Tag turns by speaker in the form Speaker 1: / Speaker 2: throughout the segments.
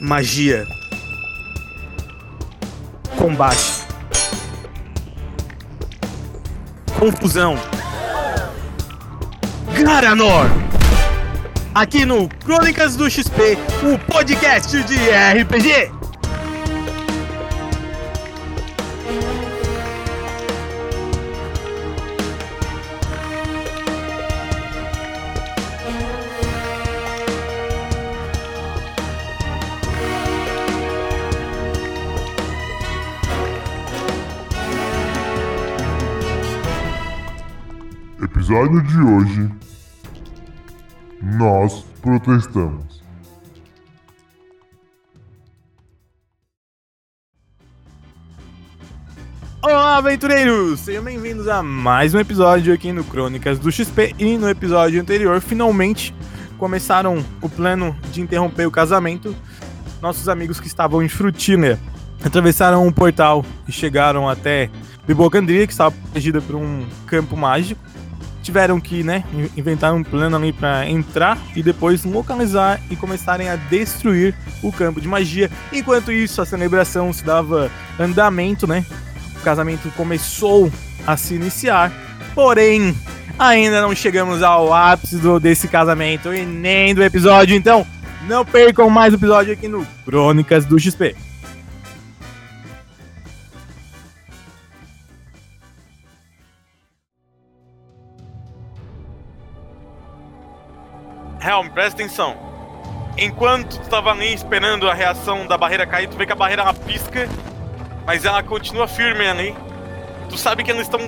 Speaker 1: magia, combate, confusão. Garanor! Aqui no Crônicas do XP, o podcast de RPG.
Speaker 2: episódio de hoje, nós protestamos.
Speaker 1: Olá, aventureiros! Sejam bem-vindos a mais um episódio aqui no Crônicas do XP. E no episódio anterior, finalmente começaram o plano de interromper o casamento. Nossos amigos que estavam em Frutina atravessaram um portal e chegaram até Bibocandria, que estava protegida por um campo mágico tiveram que, né, inventar um plano ali para entrar e depois localizar e começarem a destruir o campo de magia. Enquanto isso, a celebração se dava andamento, né? O casamento começou a se iniciar. Porém, ainda não chegamos ao ápice do, desse casamento e nem do episódio, então não percam mais o episódio aqui no Crônicas do XP. Helm, presta atenção. Enquanto tu tava ali esperando a reação da barreira cair, tu vê que a barreira ela pisca, mas ela continua firme ali. Tu sabe que eles estão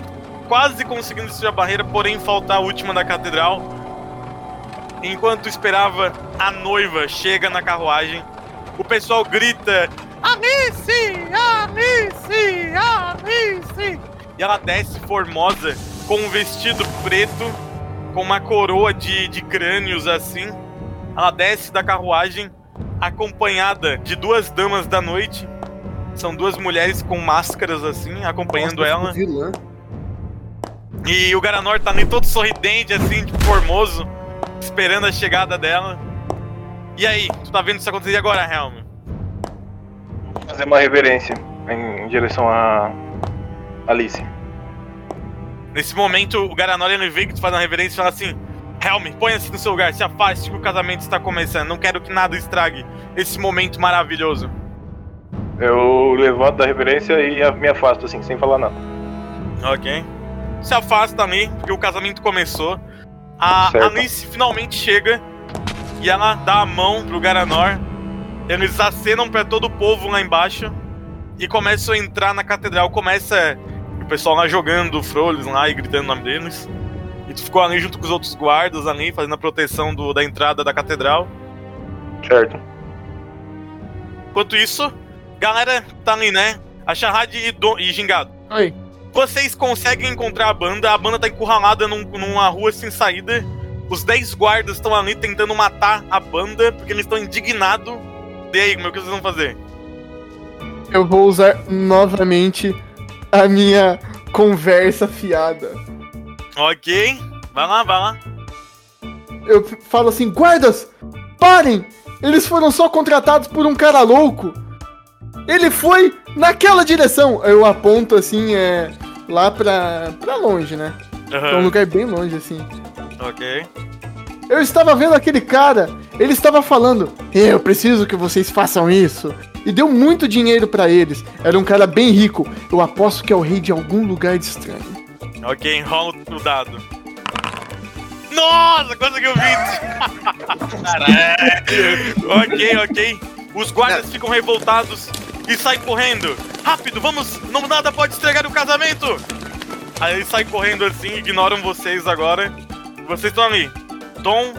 Speaker 1: quase conseguindo destruir a barreira, porém falta a última da catedral. Enquanto tu esperava, a noiva chega na carruagem. O pessoal grita: Amice! Amice! Amice! E ela desce formosa, com um vestido preto com uma coroa de, de crânios assim. Ela desce da carruagem, acompanhada de duas damas da noite. São duas mulheres com máscaras assim, acompanhando
Speaker 3: Nossa,
Speaker 1: ela.
Speaker 3: vilã.
Speaker 1: E o Garanor tá ali todo sorridente, assim, tipo, formoso, esperando a chegada dela. E aí, tu tá vendo isso acontecer agora, Helm?
Speaker 4: fazer uma reverência em, em direção a Alice.
Speaker 1: Nesse momento, o Garanor ele vê que tu faz uma reverência e fala assim: Helm, ponha-se no seu lugar, se afaste que o casamento está começando. Não quero que nada estrague esse momento maravilhoso.
Speaker 4: Eu levanto da reverência e a- me afasto assim, sem falar nada.
Speaker 1: Ok. Se afasta ali, porque o casamento começou. A
Speaker 4: Certo.
Speaker 1: Alice finalmente chega e ela dá a mão pro Garanor. Eles acenam pra todo o povo lá embaixo e começam a entrar na catedral. Começa é, o pessoal lá jogando frolhos lá e gritando o nome deles. E tu ficou ali junto com os outros guardas ali, fazendo a proteção do- da entrada da catedral.
Speaker 4: Certo.
Speaker 1: Enquanto isso, galera tá ali, né? A Charrad e, Do- e Gingado.
Speaker 3: Oi.
Speaker 1: Vocês conseguem encontrar a banda, a banda tá encurralada num- numa rua sem saída. Os 10 guardas estão ali tentando matar a banda, porque eles estão indignados. E aí, meu, o que vocês vão fazer?
Speaker 3: Eu vou usar novamente a minha conversa fiada.
Speaker 1: Ok, vai lá, vai lá.
Speaker 3: Eu f- falo assim, guardas, parem! Eles foram só contratados por um cara louco. Ele foi naquela direção. Eu aponto assim, é lá pra, pra longe, né? Pra um
Speaker 1: Aham,
Speaker 3: lugar bem longe assim.
Speaker 1: ok.
Speaker 3: Eu estava vendo aquele cara, ele estava falando: "Eu preciso que vocês façam isso". E deu muito dinheiro pra eles. Era um cara bem rico. Eu aposto que é o rei de algum lugar de estranho.
Speaker 1: Ok, enrola o dado. Nossa, conseguiu 20! Caralho! ok, ok. Os guardas ficam revoltados e saem correndo. Rápido, vamos! Não nada pode estragar o casamento! Aí eles saem correndo assim, ignoram vocês agora. Vocês estão ali. Dom,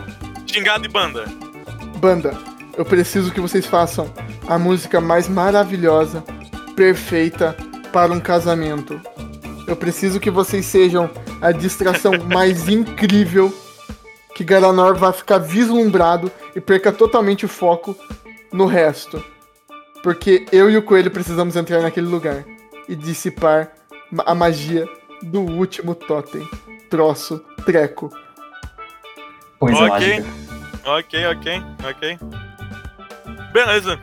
Speaker 1: xingado e banda.
Speaker 3: Banda, eu preciso que vocês façam a música mais maravilhosa, perfeita para um casamento. Eu preciso que vocês sejam a distração mais incrível que Garanor vai ficar vislumbrado e perca totalmente o foco no resto. Porque eu e o coelho precisamos entrar naquele lugar e dissipar ma- a magia do último totem. Troço, treco.
Speaker 5: Coisa
Speaker 1: Ok.
Speaker 5: é, mágica.
Speaker 1: Ok, ok, ok. Beleza.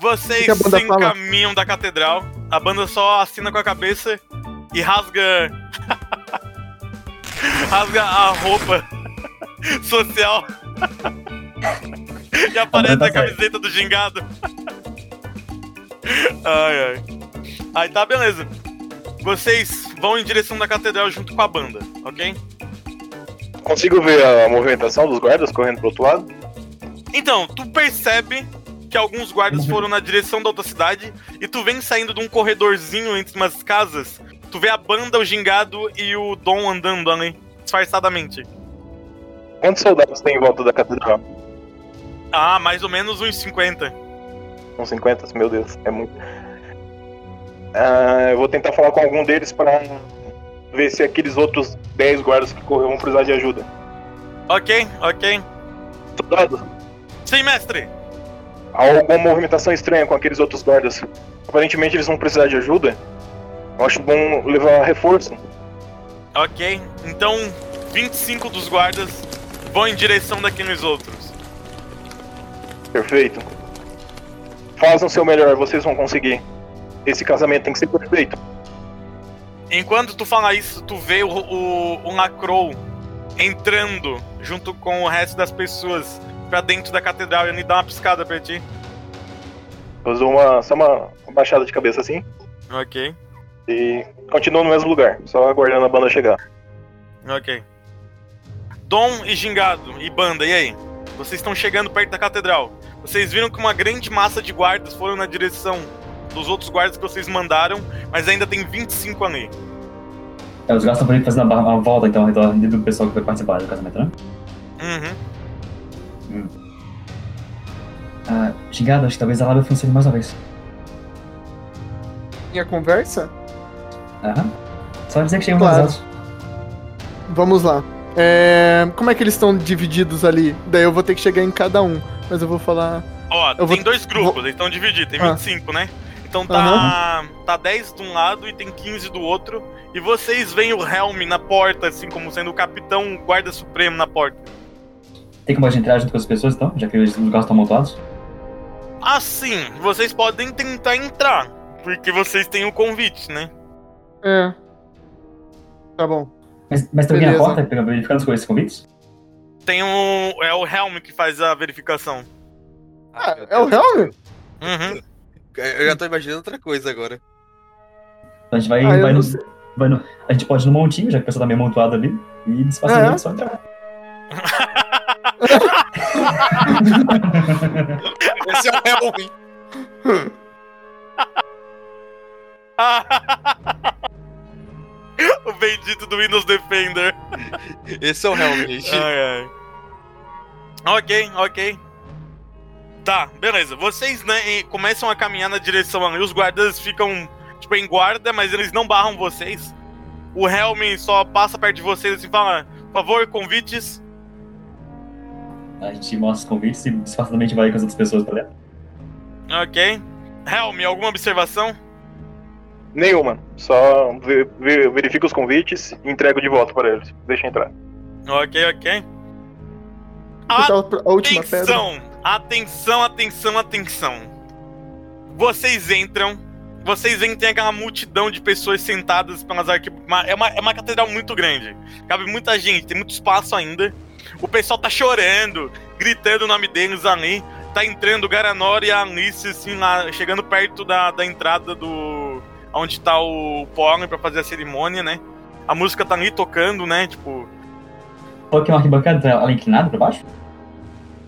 Speaker 1: Vocês
Speaker 3: que a banda
Speaker 1: se
Speaker 3: fala?
Speaker 1: encaminham da catedral. A banda só assina com a cabeça e rasga. rasga a roupa social. e aparece
Speaker 5: banda
Speaker 1: a
Speaker 5: cai.
Speaker 1: camiseta do gingado. ai, ai. Aí tá, beleza. Vocês vão em direção da catedral junto com a banda, ok?
Speaker 4: Consigo ver a movimentação dos guardas correndo pro outro lado?
Speaker 1: Então, tu percebe que alguns guardas foram na direção da outra cidade e tu vem saindo de um corredorzinho entre umas casas. Tu vê a banda, o gingado e o Dom andando ali, disfarçadamente.
Speaker 4: Quantos soldados tem em volta da catedral?
Speaker 1: Ah, mais ou menos uns 50.
Speaker 4: Uns 50? Meu Deus, é muito. Ah, eu vou tentar falar com algum deles pra ver se aqueles outros 10 guardas que correram vão precisar de ajuda.
Speaker 1: Ok, ok.
Speaker 4: Soldados,
Speaker 1: Sim, mestre.
Speaker 4: há alguma movimentação estranha com aqueles outros guardas. Aparentemente eles vão precisar de ajuda. Eu acho bom levar reforço.
Speaker 1: Ok, então 25 dos guardas vão em direção daqueles outros.
Speaker 4: Perfeito. Façam seu melhor, vocês vão conseguir. Esse casamento tem que ser perfeito.
Speaker 1: Enquanto tu fala isso, tu vê o, o, o Lacrow entrando junto com o resto das pessoas pra dentro da catedral e ele dá uma piscada pra ti.
Speaker 4: Eu dou uma, só uma baixada de cabeça assim
Speaker 1: Ok,
Speaker 4: e continuo no mesmo lugar, só aguardando a banda chegar.
Speaker 1: ok. Dom e Gingado e banda, e aí? Vocês estão chegando perto da catedral. Vocês viram que uma grande massa de guardas foram na direção dos outros guardas que vocês mandaram, mas ainda tem 25 ali.
Speaker 5: É, os gastos estão fazendo uma, uma volta então ao redor do pessoal que vai participar do casamento, né?
Speaker 1: Uhum.
Speaker 5: Ah, gingado, acho que talvez a lábia funcione mais uma vez.
Speaker 3: Minha conversa?
Speaker 5: Aham. Ah, Só dizer que um chegamos
Speaker 3: Claro.
Speaker 5: atrasados.
Speaker 3: Vamos lá. É, Como é que eles estão divididos ali? Daí eu vou ter que chegar em cada um. Mas eu vou falar.
Speaker 1: Ó,
Speaker 3: Eu
Speaker 1: tem
Speaker 3: vou-
Speaker 1: dois grupos, eles estão divididos, tem
Speaker 3: Ah.
Speaker 1: 25, né? Então tá, tá 10 de um lado e tem 15 do outro. E vocês veem o Helm na porta, assim, como sendo o capitão o guarda supremo na porta.
Speaker 5: Tem como a gente entrar junto com as pessoas então, já que os gastos estão montados?
Speaker 1: Assim, vocês podem tentar entrar, porque vocês têm o convite, né?
Speaker 3: É. Tá bom.
Speaker 5: Mas, mas tem alguém na
Speaker 3: Beleza.
Speaker 5: porta pegando- verificando as coisas, esses convites?
Speaker 1: Tem o. É o Helm que faz a verificação.
Speaker 3: Ah, é o Helm?
Speaker 1: Uhum.
Speaker 6: É, Eu já tô imaginando outra coisa agora.
Speaker 5: Então a gente vai,
Speaker 3: Ah, eu
Speaker 5: vai,
Speaker 3: não
Speaker 5: no,
Speaker 3: sei.
Speaker 5: vai no- A gente pode ir no montinho, já que o pessoal tá meio amontoado ali, e disfarçar
Speaker 3: É.
Speaker 5: é. só entrar.
Speaker 6: Esse é o Helm.
Speaker 1: o bendito do Windows Defender.
Speaker 6: Esse é o Helm, gente.
Speaker 1: Ai, ai. Ok, ok. Tá, beleza. Vocês né, eh, começam a caminhar na direção ali. Os guardas ficam tipo, em guarda, mas eles não barram vocês. O Helm só passa perto de vocês e fala: Por favor, convites.
Speaker 5: A gente mostra os convites e disfarçadamente vai com as outras pessoas tá pra dentro.
Speaker 1: Ok. Helm, alguma observação?
Speaker 4: Nenhuma. Só ve- ve- verifico os convites e entrego de volta para eles. Deixa entrar.
Speaker 1: Ok, ok.
Speaker 3: Botar a pr- a última pedra.
Speaker 1: Ah, Atenção, atenção, atenção, atenção. Vocês entram, vocês veem que tem aquela multidão de pessoas sentadas pelas arquibancadas. É uma, é uma catedral muito grande. Cabe muita gente, tem muito espaço ainda. O pessoal tá chorando, gritando o nome deles ali. Tá entrando o Garanor e a Alice, assim, lá, chegando perto da, da entrada do. onde tá o Pollen pra fazer a cerimônia, né? A música tá ali tocando, né? Tipo.
Speaker 5: Qual que é uma arquibancada? Tá Ela é inclinada pra baixo?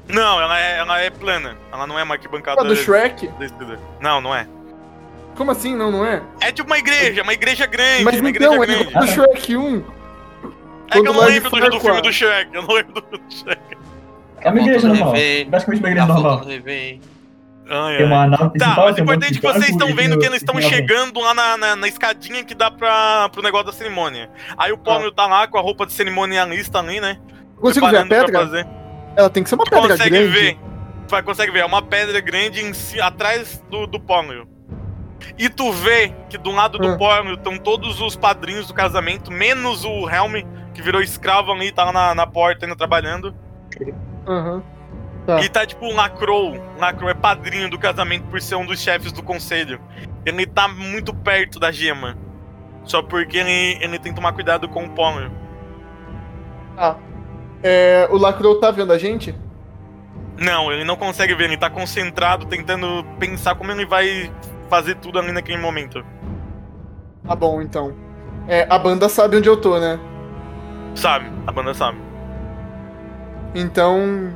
Speaker 1: Não, ela é, ela é plana. Ela não é uma arquibancada.
Speaker 3: Ah, do Shrek?
Speaker 1: Descida. Não, não é.
Speaker 3: Como assim? Não, não é?
Speaker 1: É tipo uma igreja, uma igreja grande.
Speaker 3: Mas
Speaker 1: uma igreja
Speaker 3: então, é
Speaker 1: grande.
Speaker 3: igual do Shrek 1.
Speaker 1: É que eu
Speaker 3: quando
Speaker 1: não
Speaker 3: lá de
Speaker 1: lembro do, do filme
Speaker 3: Farquaad.
Speaker 1: do Shrek. Eu não lembro do filme do Shrek.
Speaker 5: É
Speaker 1: Tá
Speaker 5: uma igreja normal.
Speaker 6: Refém,
Speaker 5: Basicamente uma
Speaker 6: tá
Speaker 5: igreja normal.
Speaker 6: faltando refém.
Speaker 1: Ai,
Speaker 5: Tem
Speaker 1: ai.
Speaker 5: uma nave
Speaker 1: Tá,
Speaker 5: principal,
Speaker 1: mas o
Speaker 5: tem um monte
Speaker 1: importante é
Speaker 5: de
Speaker 1: que vocês estão
Speaker 5: barco,
Speaker 1: vendo que eles estão
Speaker 5: tem uma-
Speaker 1: chegando lá na, na, na escadinha que dá pra, pro negócio da cerimônia. Aí o Pomio tá lá com a roupa de cerimonialista ali, né?
Speaker 3: Consigo ver a
Speaker 1: preparando pra
Speaker 3: pedra?
Speaker 1: fazer.
Speaker 3: Ela tem que ser uma pedra
Speaker 1: Consegue
Speaker 3: Tá grande.
Speaker 1: ver. Vai, consegue ver. É uma pedra grande em ci- atrás do, do Pomio. E tu vê que do lado do
Speaker 3: Ah.
Speaker 1: Pomio estão todos os padrinhos do casamento, menos o Helm, que virou escravo ali, tá lá na, na porta ainda trabalhando.
Speaker 3: Aham. Tá.
Speaker 1: E tá tipo um lacrou. Um Lacrou é padrinho do casamento por ser um dos chefes do conselho. Ele tá muito perto da gema. Só porque ele, ele tem que tomar cuidado com o Palmer.
Speaker 3: Tá. É, o Lacrow tá vendo a gente?
Speaker 1: Não, ele não consegue ver, ele tá concentrado tentando pensar como ele vai fazer tudo ali naquele momento.
Speaker 3: Tá bom, então. É, a banda sabe onde eu tô, né?
Speaker 1: Sabe, a banda sabe.
Speaker 3: Então.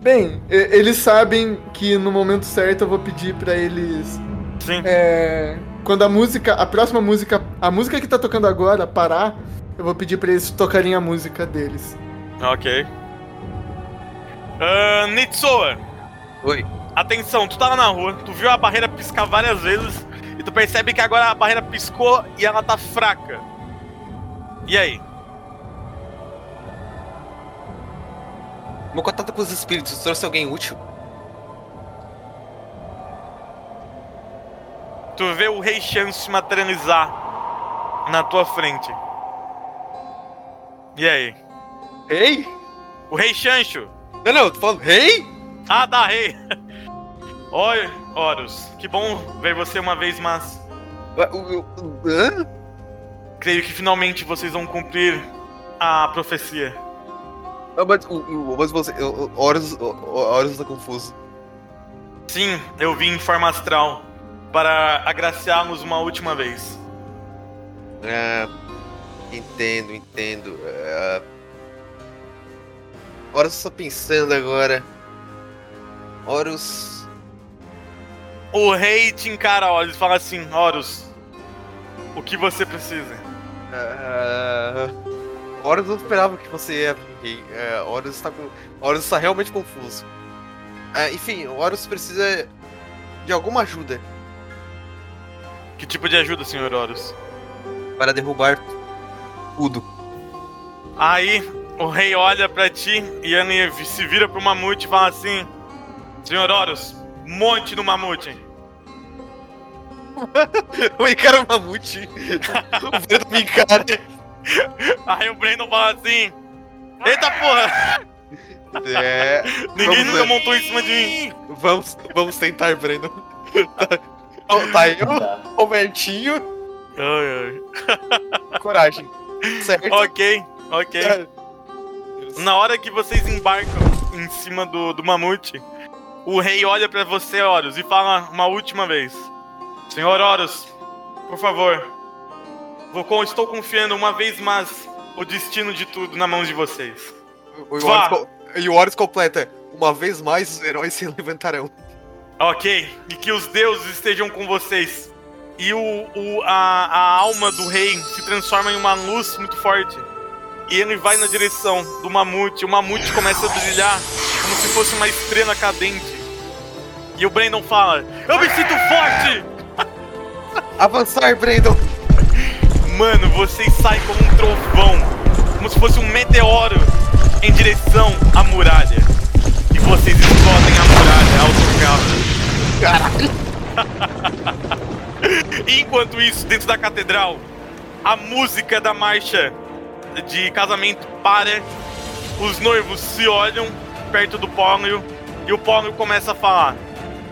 Speaker 3: Bem, e- eles sabem que no momento certo eu vou pedir pra eles.
Speaker 1: Sim.
Speaker 3: é, quando a música, a próxima música, a música que tá tocando agora parar, eu vou pedir pra eles tocarem a música deles.
Speaker 1: Ok. Ah, Nitsoa,
Speaker 6: Oi.
Speaker 1: atenção, tu tava na rua, tu viu a barreira piscar várias vezes e tu percebe que agora a barreira piscou e ela tá fraca. E aí?
Speaker 6: Meu contato com os espíritos trouxe alguém útil?
Speaker 1: Tu vê o Rei Shan se materializar na tua frente. E aí?
Speaker 6: Rei?
Speaker 1: O Rei Shancho!
Speaker 6: Não, não, tô falando rei?
Speaker 1: Ah, da Rei! Olha, Horus, que bom ver você uma vez mais.
Speaker 6: Ué, o- o- o- hã?
Speaker 1: Creio que finalmente vocês vão cumprir a profecia.
Speaker 6: Ah, Mas, o- o- mas você. o- o- Horus o- o- Horus tá confuso.
Speaker 1: Sim, eu vim em forma astral para agraciá-los uma última vez.
Speaker 6: Ah, entendo, entendo. Ah, Horus só pensando agora. Horus.
Speaker 1: O rei te encara, Horus, e fala assim: Horus, o que você precisa?
Speaker 6: Ah, Horus não esperava que você ia vir. Ah, Horus está com... Horus está realmente confuso. Ah, enfim, o Horus precisa de alguma ajuda
Speaker 1: Que tipo de ajuda, senhor Horus?
Speaker 6: para derrubar tudo.
Speaker 1: Aí o rei olha pra ti e ele se vira pro mamute e fala assim: Senhor Horus, monte no mamute.
Speaker 6: O encara o mamute. o Breno me encara.
Speaker 1: Aí o Brandon fala assim: Eita porra,
Speaker 6: É,
Speaker 1: ninguém
Speaker 6: Vamos
Speaker 1: nunca
Speaker 6: ver.
Speaker 1: montou em cima de mim.
Speaker 6: vamos, vamos tentar, Breno. Tá, tá eu,
Speaker 5: Tá.
Speaker 6: Robertinho,
Speaker 1: Ai,
Speaker 6: coragem. Certo?
Speaker 1: ai. Ok, ok. Na hora que vocês embarcam em cima do, do mamute, o rei olha pra você, Horus, e fala uma última vez: Senhor Horus, por favor, vou, con- estou confiando uma vez mais o destino de tudo na mão de vocês.
Speaker 6: O- o
Speaker 1: Vá.
Speaker 6: Horus co- E o Horus completa. Uma vez mais, os heróis se levantarão.
Speaker 1: Ok, e que os deuses estejam com vocês. E o, o- a, a alma do rei se transforma em uma luz muito forte. E ele vai na direção do mamute. O mamute começa a brilhar como se fosse uma estrela cadente. E o Brandon fala: Eu me sinto forte!
Speaker 6: Avançar, Brandon!
Speaker 1: Mano, vocês saem como um trovão, como se fosse um meteoro em direção à muralha. E vocês explodem a muralha ao tocar. Caralho! Enquanto isso, dentro da catedral, a música da marcha de casamento para, os noivos se olham perto do Pônio e o Pônio começa a falar: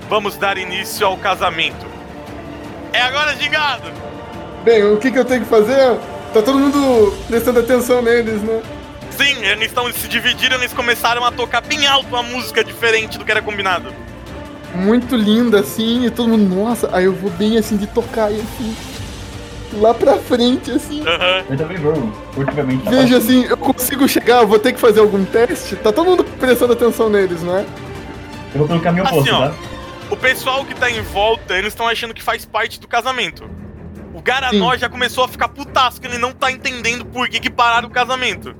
Speaker 1: Vamos dar início ao casamento. É agora, gigado!
Speaker 3: Bem, o que, que eu tenho que fazer? Tá todo mundo prestando atenção neles, né?
Speaker 1: Sim, eles estão se dividiram, eles começaram a tocar bem alto uma música diferente do que era combinado.
Speaker 3: Muito linda assim, e todo mundo, nossa, aí eu vou bem assim de tocar e assim. Lá pra frente, assim.
Speaker 1: Aham.
Speaker 5: Eu também vou. Ultimamente. tá
Speaker 3: Veja
Speaker 5: fácil.
Speaker 3: assim, eu consigo chegar, eu vou ter que fazer algum teste? Tá todo mundo prestando atenção neles, não é?
Speaker 5: Eu vou pelo caminho
Speaker 1: Assim,
Speaker 5: oposto,
Speaker 1: ó.
Speaker 5: tá?
Speaker 1: O pessoal que tá em volta, eles estão achando que faz parte do casamento. O Garanó já começou a ficar putaço, que ele não tá entendendo por que, que pararam o casamento.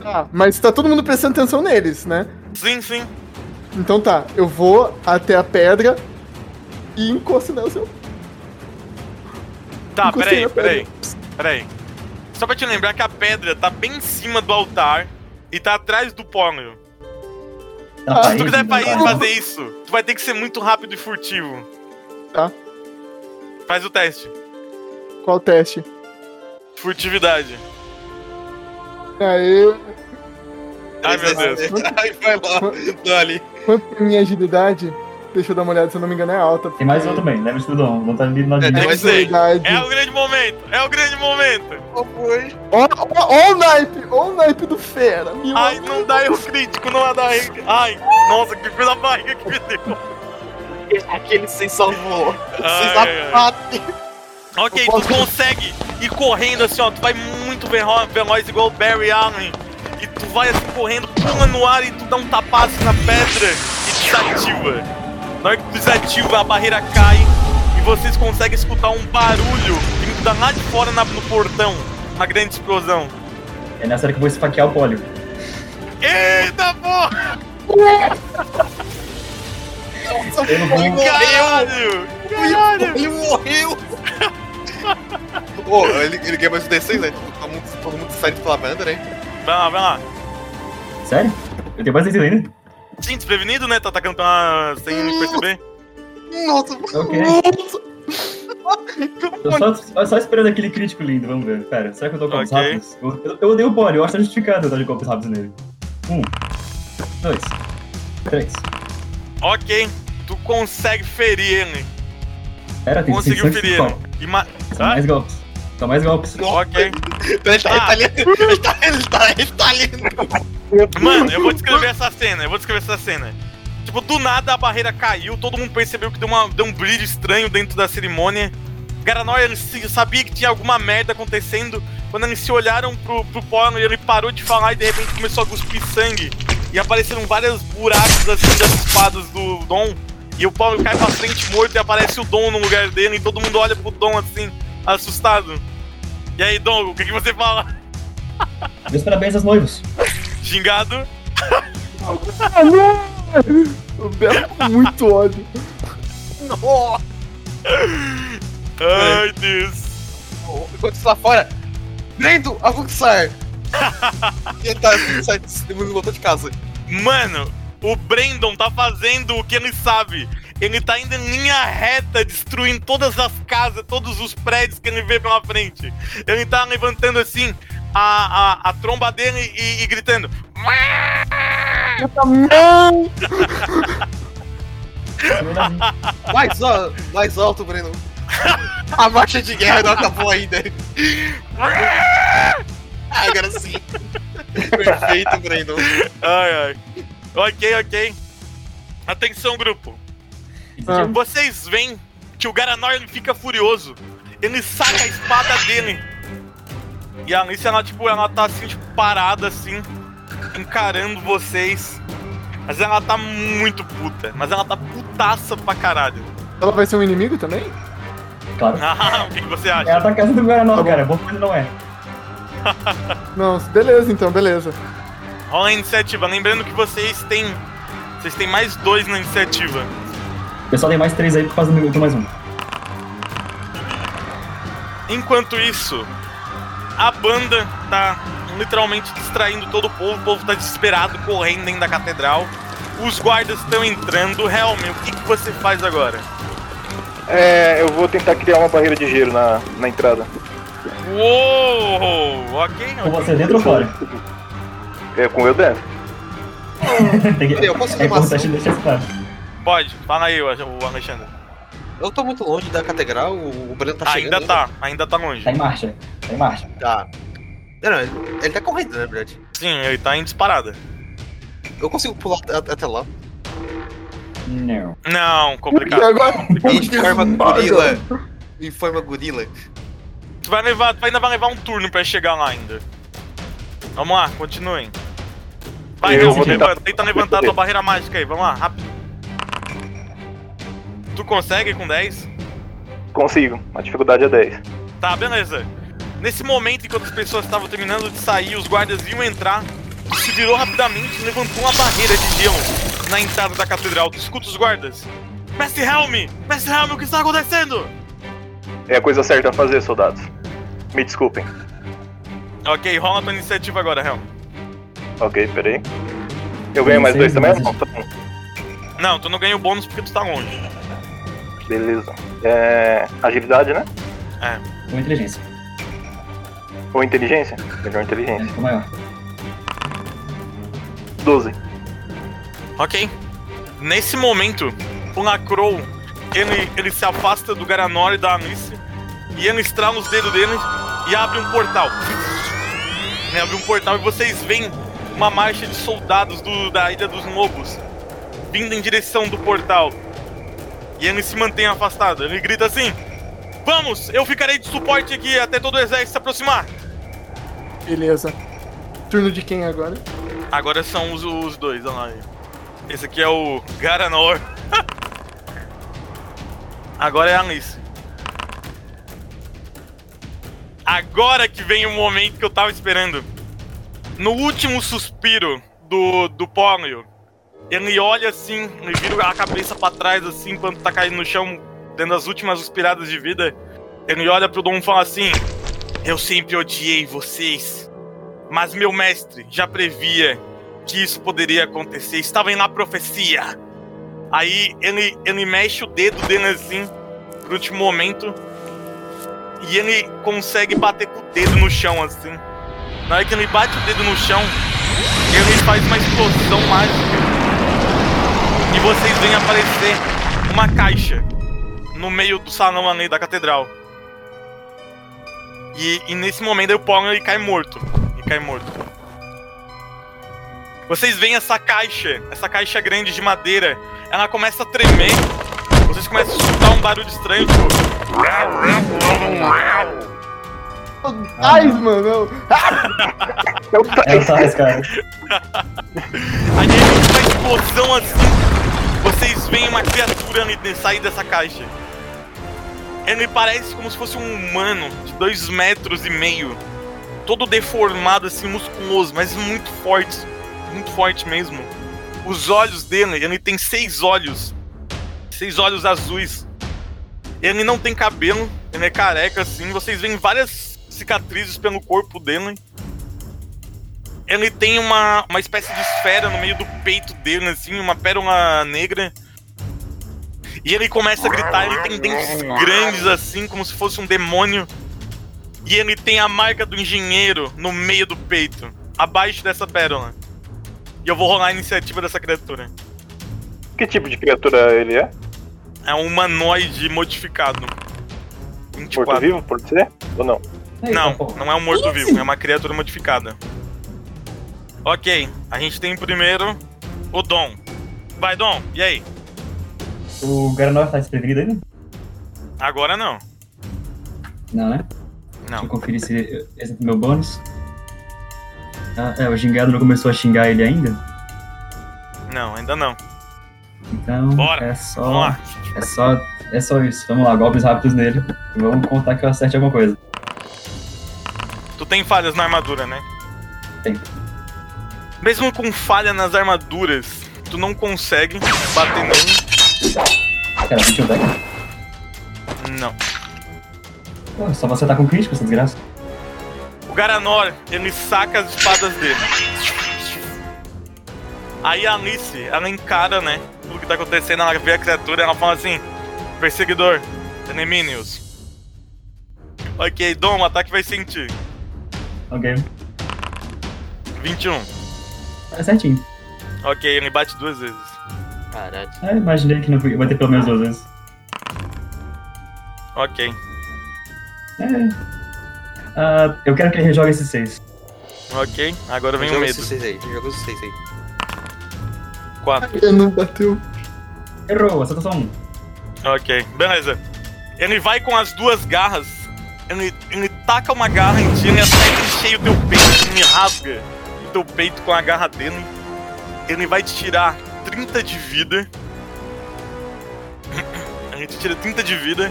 Speaker 3: Tá. Mas tá todo mundo prestando atenção neles, né?
Speaker 1: Sim, sim.
Speaker 3: Então tá, eu vou até a pedra e encosto nela. Assim,
Speaker 1: Tá,
Speaker 3: Encostei
Speaker 1: peraí,
Speaker 3: na
Speaker 1: peraí, peraí. Só pra te lembrar que a pedra tá bem em cima do altar e tá atrás do pônio.
Speaker 5: Tá
Speaker 3: Ah,
Speaker 5: na
Speaker 1: Se tu quiser
Speaker 5: parede,
Speaker 1: pra
Speaker 5: tá
Speaker 1: ir
Speaker 5: na
Speaker 1: fazer isso, tu vai ter que ser muito rápido e furtivo.
Speaker 3: Tá.
Speaker 1: Faz o teste.
Speaker 3: qual o teste?
Speaker 1: Furtividade.
Speaker 3: Aí.
Speaker 1: Ai, meu Deus.
Speaker 6: Ai, vai lá. Dali.
Speaker 3: Quanto pra minha agilidade? Deixa eu dar uma olhada, se eu não me engano, é alta.
Speaker 5: Tem mais um também, leve isso tudo não. Vou estar ali na
Speaker 6: É, tem mais um.
Speaker 3: Agilidade.
Speaker 1: É o grande momento, é o grande momento.
Speaker 6: Qual foi?
Speaker 3: Ó, ó, ó o naipe! Ó o naipe do fera! Meu
Speaker 1: Ai,
Speaker 3: amigo.
Speaker 1: não dá erro crítico, não dá erro. Ai, nossa, que fez a barriga que me deu.
Speaker 6: Aquele sem salvou.
Speaker 1: Ai, ai.
Speaker 6: Sem sapato.
Speaker 1: Ok,
Speaker 3: Eu posso-
Speaker 1: tu consegue ir correndo assim, ó. Tu vai muito velo- veloz, igual o Barry Allen. E tu vai assim correndo, pula no ar e tu dá um tapaço na pedra e desativa. Na hora que tu desativa, a barreira cai e vocês conseguem escutar um barulho vindo da lá de fora na- no portão. Uma grande explosão.
Speaker 5: É nessa hora que eu vou esfaquear o pólio.
Speaker 1: Eita porra!
Speaker 5: Eu não vou.
Speaker 1: Caralho! Caralho!
Speaker 6: Ele morreu! Ô, ele, ele ganha mais um D6, né? Tipo, todo mundo, todo mundo sai de lavanda, né?
Speaker 1: Vai lá, vai lá.
Speaker 5: Sério? Eu tenho mais sentido ainda?
Speaker 1: Sim, desprevenido, né? Tá atacando uma... sem perceber.
Speaker 6: Nossa,
Speaker 5: Ok. Eu só, eu só esperando aquele crítico lindo, vamos ver. Pera, será que eu tô com golpes
Speaker 1: Ok.
Speaker 5: rápidos? Eu, eu, eu odeio o pólio, eu acho que tá justificado eu dar de golpes rápidos nele. Um, dois, três.
Speaker 1: Ok, tu consegue ferir ele.
Speaker 5: Pera, tem
Speaker 1: Conseguiu
Speaker 5: 600
Speaker 1: ferir
Speaker 5: pau.
Speaker 1: ele. E ma...
Speaker 5: São
Speaker 1: Ah?
Speaker 5: mais golpes. São mais golpes.
Speaker 1: Ok.
Speaker 6: ele tá,
Speaker 1: Ah.
Speaker 6: ele tá ali. Ele tá, ele tá, ele tá ali.
Speaker 1: Mano, eu vou descrever essa cena, eu vou descrever essa cena. Tipo, do nada a barreira caiu, todo mundo percebeu que deu, uma, deu um brilho estranho dentro da cerimônia. Garanói, ele se- sabia que tinha alguma merda acontecendo. Quando eles se olharam pro, pro porno, ele parou de falar e de repente começou a cuspir sangue. E apareceram vários buracos assim das espadas do Dom. E o Paulo cai pra frente morto e aparece o Dom no lugar dele. E todo mundo olha pro Dom assim, assustado. E aí, Dom, o que, que você fala?
Speaker 5: Meus parabéns aos noivos.
Speaker 1: Xingado?
Speaker 3: O Belo com muito ódio.
Speaker 6: Nossa.
Speaker 1: Ai, Deus.
Speaker 6: Enquanto isso lá fora, Brendo, avançar. e ele tá, ele sai, ele voltou de casa.
Speaker 1: Mano, o Brandon tá fazendo o que ele sabe. Ele tá indo em linha reta, destruindo todas as casas, todos os prédios que ele vê pela frente. Ele tá levantando assim a, a, a tromba dele e, e gritando.
Speaker 6: Mais, ó, mais alto, Breno. A marcha de guerra não acabou ainda. Ah, Agora sim. Perfeito, Breno.
Speaker 1: Ai, ai. Ok, ok. Atenção, grupo.
Speaker 3: Ah.
Speaker 1: Vocês veem que o Garanor ele fica furioso. Ele saca a espada dele. E a Alice, ela, tipo, ela tá assim, tipo, parada assim, encarando vocês. Mas ela tá muito puta. Mas ela tá putaça pra caralho.
Speaker 3: Ela vai ser um inimigo também?
Speaker 5: Claro.
Speaker 1: Ah, o que, que você acha?
Speaker 5: Ela tá a casa do
Speaker 3: Tá
Speaker 5: Guaraná,
Speaker 3: bom.
Speaker 5: cara. Bom coisa não é.
Speaker 3: Não, beleza então, beleza.
Speaker 1: Rola a iniciativa. Lembrando que vocês têm. Vocês têm mais dois na iniciativa.
Speaker 5: O pessoal tem mais três aí por causa do meu. Eu tenho mais um.
Speaker 1: Enquanto isso, a banda tá literalmente distraindo todo o povo, o povo tá desesperado, correndo dentro da catedral. Os guardas estão entrando. Helm, o que, que você faz agora?
Speaker 4: É, eu vou tentar criar uma barreira de gelo na, na entrada.
Speaker 1: Uou! Ok,
Speaker 5: Ou você dentro ou fora?
Speaker 4: É com eu deve.
Speaker 5: Tem que-
Speaker 6: Eu posso
Speaker 5: é
Speaker 6: dar uma
Speaker 5: importante deixar isso claro.
Speaker 1: pode. Fala aí, o o Alexandre.
Speaker 6: Eu tô muito longe da catedral, o o Breno tá chegando.
Speaker 1: ainda tá, ainda tá longe.
Speaker 5: Tá em marcha. Tá em marcha.
Speaker 6: Tá. Não, não, ele, ele tá correndo, né, verdade?
Speaker 1: Sim, ele tá em disparada.
Speaker 6: Eu consigo pular at- até, lá.
Speaker 5: Não.
Speaker 1: Não,
Speaker 3: E
Speaker 1: complicado.
Speaker 3: agora?
Speaker 6: Em forma
Speaker 3: Nossa.
Speaker 6: gorila. Em forma gorila.
Speaker 1: Tu vai levar, tu ainda vai levar um turno pra chegar lá ainda. Vamos lá, continuem. Vai,
Speaker 4: Eu
Speaker 1: Helm,
Speaker 4: vou tentar-
Speaker 1: leva- tenta levantar a tua barreira mágica aí, vamos lá, rápido. Tu consegue com 10?
Speaker 4: Consigo. A dificuldade é 10.
Speaker 1: Tá, beleza. Nesse momento, enquanto as pessoas estavam terminando de sair, os guardas iam entrar, tu se virou rapidamente e levantou uma barreira de gelo na entrada da catedral. Tu escuta os guardas? Mestre Helm! Mestre Helm, o que está acontecendo?
Speaker 4: É a coisa certa a fazer, soldados. Me desculpem.
Speaker 1: Ok, rola a tua iniciativa agora, Helm.
Speaker 4: Ok, peraí. Eu ganho mais dois também? Não, tá bom.
Speaker 1: Não, tu não ganha o bônus porque tu tá longe.
Speaker 4: Beleza. É. Agilidade, né?
Speaker 1: É.
Speaker 5: Com inteligência.
Speaker 4: Ou inteligência? Melhor
Speaker 5: É,
Speaker 4: inteligência.
Speaker 5: ficou maior.
Speaker 4: 12.
Speaker 1: Ok. Nesse momento, o Lacrow, ele, ele se afasta do Garanor e da Anice, e ele estrala os dedos dele e abre um portal. Ele abre um portal e vocês veem uma marcha de soldados do- da Ilha dos Lobos vindo em direção do portal. E ele se mantém afastado. Ele grita assim: Vamos, eu ficarei de suporte aqui até todo o exército se aproximar.
Speaker 3: Beleza. Turno de quem agora?
Speaker 1: Agora são os, os dois, olha lá. aí. Esse aqui é o Garanor. Agora é a Alice. Agora que vem o momento que eu tava esperando. No último suspiro do, do Pônio, ele olha assim, ele vira a cabeça pra trás assim, enquanto tá caindo no chão, dando as últimas suspiradas de vida. Ele olha pro Dom e fala assim: Eu sempre odiei vocês. Mas meu mestre já previa que isso poderia acontecer. Estava na profecia. Aí ele, ele mexe o dedo dele assim, pro último momento. E ele consegue bater com o dedo no chão assim. Na hora que ele bate o dedo no chão, ele faz uma explosão mágica. E vocês veem aparecer uma caixa no meio do salão ali da catedral. E, e nesse momento aí o Paulo ele cai morto. Ele cai morto. Vocês veem essa caixa, essa caixa grande de madeira, ela começa a tremer. Vocês começam a escutar um barulho estranho, tipo,
Speaker 3: Ai, mano. Ah, não.
Speaker 4: É o Tais.
Speaker 5: É o Tais, cara.
Speaker 1: aí de repente uma explosão assim. Vocês veem uma criatura ali de- sair dessa caixa. Ele parece como se fosse um humano de dois metros e meio. Todo deformado, assim, musculoso, mas muito forte. Muito forte mesmo. Os olhos dele, ele tem seis olhos. Seis olhos azuis. Ele não tem cabelo, ele é careca, assim. Vocês veem várias cicatrizes pelo corpo dele. Ele tem uma, uma espécie de esfera no meio do peito dele, assim, uma pérola negra. E ele começa a gritar, ele tem dentes grandes, assim, como se fosse um demônio. E ele tem a marca do engenheiro no meio do peito, abaixo dessa pérola. E eu vou rolar a iniciativa dessa criatura.
Speaker 4: Que tipo de criatura ele é?
Speaker 1: É um humanoide modificado.
Speaker 4: Porto
Speaker 1: 24.
Speaker 4: vivo, pode ser? Ou não?
Speaker 1: Não,
Speaker 5: tá
Speaker 1: não é um morto-vivo, é uma criatura modificada. Ok, a gente tem primeiro o Dom. Vai, Dom, e aí?
Speaker 5: O Garanor tá desprevenido ainda?
Speaker 1: Agora não.
Speaker 5: Não, né? Deixa eu
Speaker 1: Não.
Speaker 5: conferir se esse é o meu bônus. Ah, é, o gingado não começou a xingar ele ainda.
Speaker 1: Não, ainda não.
Speaker 5: Então,
Speaker 1: Bora,
Speaker 5: é só.
Speaker 1: Vamos lá.
Speaker 5: É só, é só isso. Vamos lá, golpes rápidos nele. E vamos contar que eu acerte alguma coisa.
Speaker 1: Tu tem falhas na armadura, né?
Speaker 5: Tem.
Speaker 1: Mesmo com falha nas armaduras, tu não consegue bater nele.
Speaker 5: Cara, 21 deck.
Speaker 1: um Não.
Speaker 5: Pô, Só você tá com crítico, essa desgraça.
Speaker 1: O Garanor, ele saca as espadas dele. Aí a Alice, ela encara, né? Tudo que tá acontecendo, ela vê a criatura ela fala assim: Perseguidor, Eneminius. Ok, Dom, o ataque vai sentir.
Speaker 5: Ok.
Speaker 1: 21.
Speaker 5: É certinho.
Speaker 1: Ok, ele bate duas vezes.
Speaker 7: Caralho.
Speaker 5: Ah, imaginei que não ia bater pelo menos duas vezes.
Speaker 1: Ok.
Speaker 5: É. Ah, eu quero que ele rejogue esses seis.
Speaker 1: Ok, agora vem o
Speaker 6: Joga
Speaker 1: medo.
Speaker 6: esses seis aí, joga esses seis aí.
Speaker 1: 4.
Speaker 3: Ele não bateu.
Speaker 5: Errou, acertou só um.
Speaker 1: Ok, beleza. Ele vai com as duas garras. Ele, ele taca uma garra em ti, ele acerta e cheio o teu peito, ele rasga o teu peito com a garra dele. Ele vai te tirar 30 de vida. Ele te tira 30 de vida.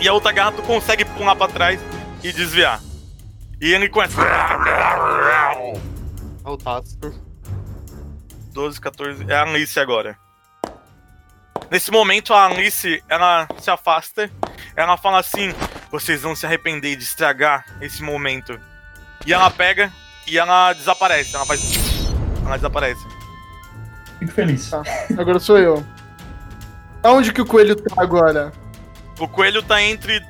Speaker 1: E a outra garra tu consegue pular pra trás e desviar. E ele começa.
Speaker 7: Olha o Tasso.
Speaker 1: 12, 14. É a Alice agora. Nesse momento, a Alice ela se afasta. Ela fala assim: Vocês vão se arrepender de estragar esse momento. E ela pega e ela desaparece. Ela faz. Ela desaparece.
Speaker 5: Fico feliz.
Speaker 3: Tá. Agora sou eu. Aonde que o coelho tá agora?
Speaker 1: O coelho tá entre.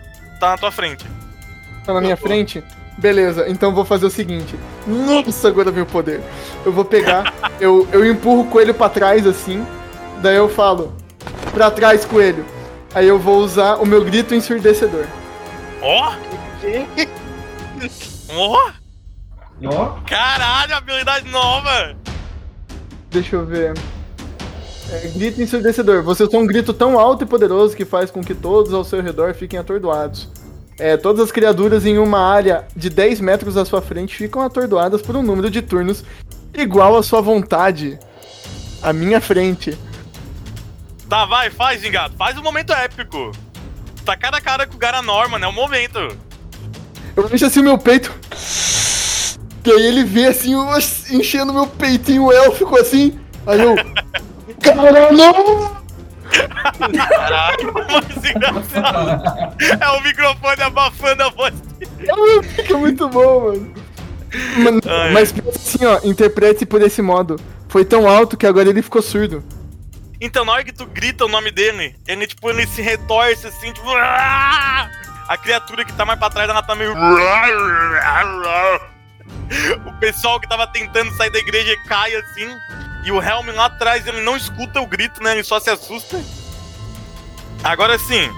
Speaker 1: tá na tua frente.
Speaker 3: Tá na minha frente? Beleza, então vou fazer o seguinte. Nossa, agora veio o poder. Eu vou pegar, eu, eu empurro o coelho pra trás assim. Daí eu falo, pra trás, coelho. Aí eu vou usar o meu grito ensurdecedor.
Speaker 1: Ó! Ó!
Speaker 5: Ó,
Speaker 1: Caralho, habilidade nova!
Speaker 3: Deixa eu ver. É, grito ensurdecedor. Você tem um grito tão alto e poderoso que faz com que todos ao seu redor fiquem atordoados. É, todas as criaturas em uma área de 10 metros à sua frente ficam atordoadas por um número de turnos igual à sua vontade. À minha frente.
Speaker 1: Tá, vai, faz, gingado. Faz um momento épico. Tá cara a cara com o Garanor, mano. É o momento.
Speaker 3: Eu mexo assim o meu peito. E aí ele vê assim, eu enchendo meu peitinho élfico assim. Aí eu. Caralho!
Speaker 1: Caralho, mas engraçado. É o microfone abafando a voz.
Speaker 3: Fica muito bom, mano. Mano,
Speaker 1: Ai.
Speaker 3: Mas pensa assim, ó, interprete por esse modo. Foi tão alto que agora ele ficou surdo.
Speaker 1: Então, na hora que tu grita o nome dele, ele, tipo, ele se retorce assim, tipo. "Ah!" A criatura que tá mais pra trás, ela tá meio. O pessoal que tava tentando sair da igreja cai assim. E o Helm lá atrás, ele não escuta o grito, né? Ele só se assusta. Agora sim,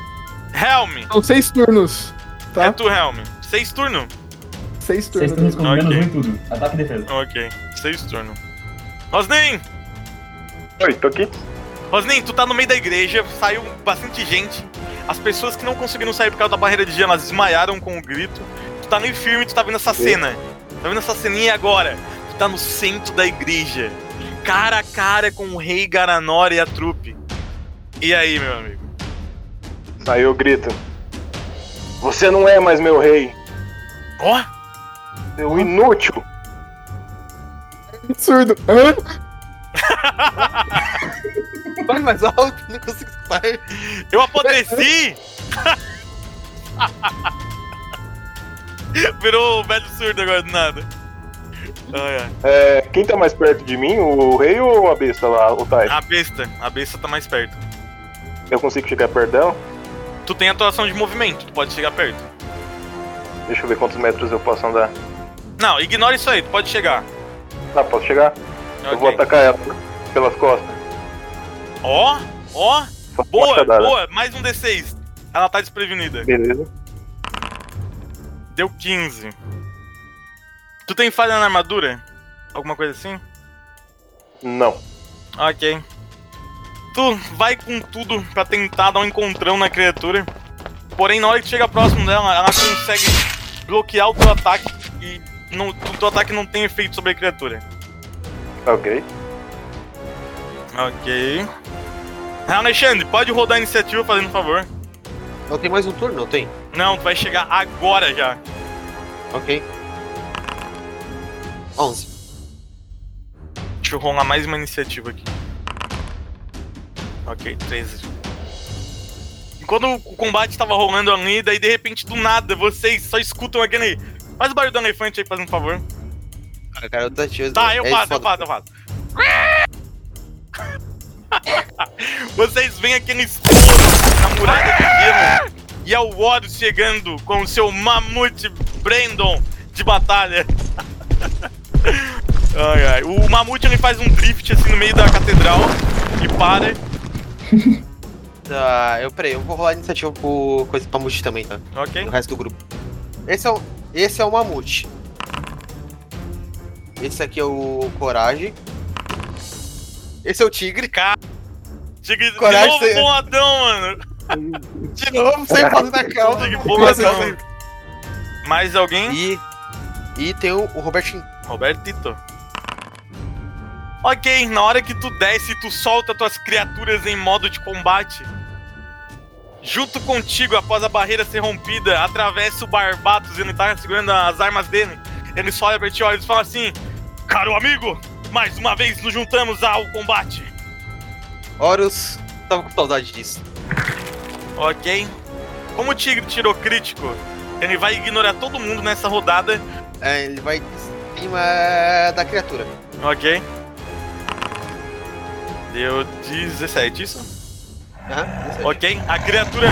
Speaker 1: Helm,
Speaker 3: São Então, seis turnos. Tá?
Speaker 1: é tu, Helm. Seis turnos.
Speaker 3: Seis turnos.
Speaker 5: vocês estão com
Speaker 1: Ok.
Speaker 5: menos um em tudo. Ataque e defesa.
Speaker 1: Ok, seis turnos. Rosnin!
Speaker 4: Oi, tô aqui.
Speaker 1: Rosnin, tu tá no meio da igreja, saiu bastante gente. As pessoas que não conseguiram sair por causa da barreira de gelo, elas desmaiaram com o grito. Tu tá meio firme, tu tá vendo essa cena. Tá vendo essa ceninha agora? Tu tá no centro da igreja. Cara a cara com o rei Garanora e a trupe. E aí, meu amigo?
Speaker 4: Aí eu grito. Você não é mais meu rei,
Speaker 1: Ó!
Speaker 4: seu inútil.
Speaker 3: Surdo. Hã?
Speaker 6: Vai mais alto, não consigo escutar.
Speaker 1: Eu apodreci! Virou o velho surdo agora do nada. Ai, ai.
Speaker 4: É, quem tá mais perto de mim, o rei ou a besta lá, o Tai?
Speaker 1: A besta, a besta tá mais perto.
Speaker 4: Eu consigo chegar perto dela?
Speaker 1: Tu tem atuação de movimento, tu pode chegar perto.
Speaker 4: Deixa eu ver quantos metros eu posso andar.
Speaker 1: Não, ignora isso aí, tu pode chegar.
Speaker 4: Ah, posso chegar? Eu vou
Speaker 1: Ok.
Speaker 4: atacar ela pelas costas.
Speaker 1: Ó, ó,
Speaker 4: Só
Speaker 1: boa,
Speaker 4: machadada.
Speaker 1: boa, mais um D6. Ela tá desprevenida.
Speaker 4: Beleza.
Speaker 1: Deu 15. Tu tem falha na armadura? Alguma coisa assim?
Speaker 4: Não.
Speaker 1: Ok. Tu vai com tudo pra tentar dar um encontrão na criatura. Porém, na hora que tu chega próximo dela, ela consegue bloquear o teu ataque e não, o teu ataque não tem efeito sobre a criatura.
Speaker 4: Ok.
Speaker 1: Ok. Ah, Alexandre, pode rodar a iniciativa fazendo um favor.
Speaker 6: Não tem mais um turno, não tem?
Speaker 1: Não, tu vai chegar agora já.
Speaker 6: Ok. 11.
Speaker 1: Deixa eu rolar mais uma iniciativa aqui. Ok, 13. Enquanto o combate tava rolando ali, daí de repente do nada vocês só escutam aquele. Faz o barulho do elefante aí, fazendo um favor.
Speaker 6: Cara, Ah, cara, eu tô ativo.
Speaker 1: Tá, eu
Speaker 6: é
Speaker 1: faço, eu faço,
Speaker 6: foda.
Speaker 1: eu faço. Vocês veem aquele estouro na muralha de gelo e é o Horus chegando com o seu mamute Brandon de batalha. Ai, ai. O mamute ele faz um drift assim no meio da catedral e para.
Speaker 6: Tá, eu peraí, eu vou rolar a iniciativa pro coisa pra Mamute também, tá?
Speaker 1: Ok?
Speaker 6: No resto do grupo. Esse é o, esse é o Mamute. Esse aqui é o Coragem. Esse é o Tigre.
Speaker 1: Chega de
Speaker 6: Coragem,
Speaker 1: novo
Speaker 6: você-
Speaker 1: boladão, mano.
Speaker 6: De novo, sem fazer da calma.
Speaker 1: Tigre, boa,
Speaker 6: Começa
Speaker 1: calma.
Speaker 6: assim.
Speaker 1: Mais alguém?
Speaker 6: E. E tem o, o Robertinho.
Speaker 1: Robertito. Ok, na hora que tu desce, tu solta tuas criaturas em modo de combate. Junto contigo, após a barreira ser rompida, atravessa o Barbatos, ele tá segurando as armas dele. Ele só olha pra ti, olha e fala assim: Caro amigo, mais uma vez nos juntamos ao combate.
Speaker 6: Horus. Tava com saudade disso.
Speaker 1: Ok. Como o Tigre tirou crítico, ele vai ignorar todo mundo nessa rodada.
Speaker 6: É, ele vai em cima da criatura.
Speaker 1: Ok. Deu 17, isso?
Speaker 6: Aham, isso aí.
Speaker 1: Ok, a criatura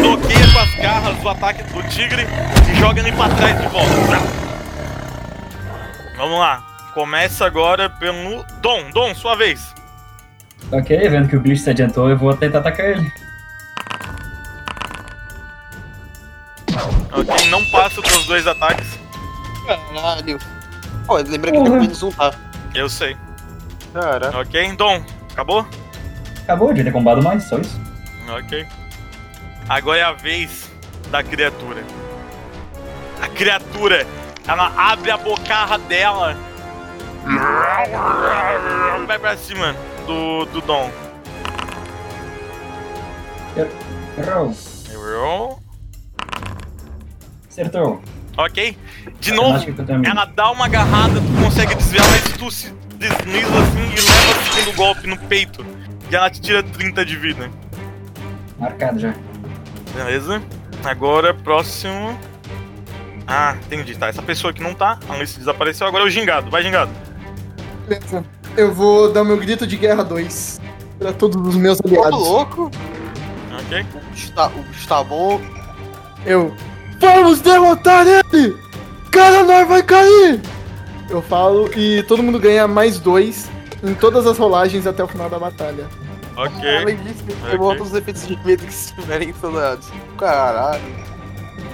Speaker 1: bloqueia com as as garras do ataque do tigre e joga ele pra trás de volta. Vamos lá. Começa agora pelo Dom. Dom, sua vez.
Speaker 5: Ok, vendo que o bicho se adiantou, eu vou tentar atacar ele.
Speaker 1: Ok, não passa os teus dois ataques.
Speaker 6: Caralho. Pô, lembra que tem
Speaker 5: Porra.
Speaker 6: menos um, tá?
Speaker 1: Eu sei.
Speaker 6: Cara.
Speaker 1: Ok, Dom. Acabou?
Speaker 5: Acabou, eu devia ter combado mais, só isso.
Speaker 1: Ok. Agora é a vez da criatura. A criatura, ela abre a bocarra dela. Vai pra cima do, do Dom.
Speaker 5: Er-, Errou.
Speaker 1: Errou.
Speaker 5: Acertou.
Speaker 1: Ok. De novo,
Speaker 5: Acho que eu termino.
Speaker 1: ela dá uma agarrada, tu consegue desviar, mas tu se desliza assim e leva o segundo golpe no peito. E ela te tira 30 de vida.
Speaker 5: Marcado já.
Speaker 1: Beleza. Agora, próximo. Ah, entendi, tá. Essa pessoa que não tá, a Alice desapareceu, agora é o gingado. Vai, gingado.
Speaker 3: Beleza. Eu vou dar meu grito de guerra 2 pra todos os meus
Speaker 6: Ô,
Speaker 3: aliados.
Speaker 6: louco.
Speaker 1: Ok.
Speaker 6: O bicho tá, o bicho tá bom.
Speaker 3: Eu. Vamos derrotar ele! Garanor vai cair! Eu falo e todo mundo ganha mais dois em todas as rolagens até o final da batalha.
Speaker 1: Ok.
Speaker 6: Além disso, tem que
Speaker 1: Ok.
Speaker 6: okay. todos os efeitos de medo que estiverem instalados. Caralho.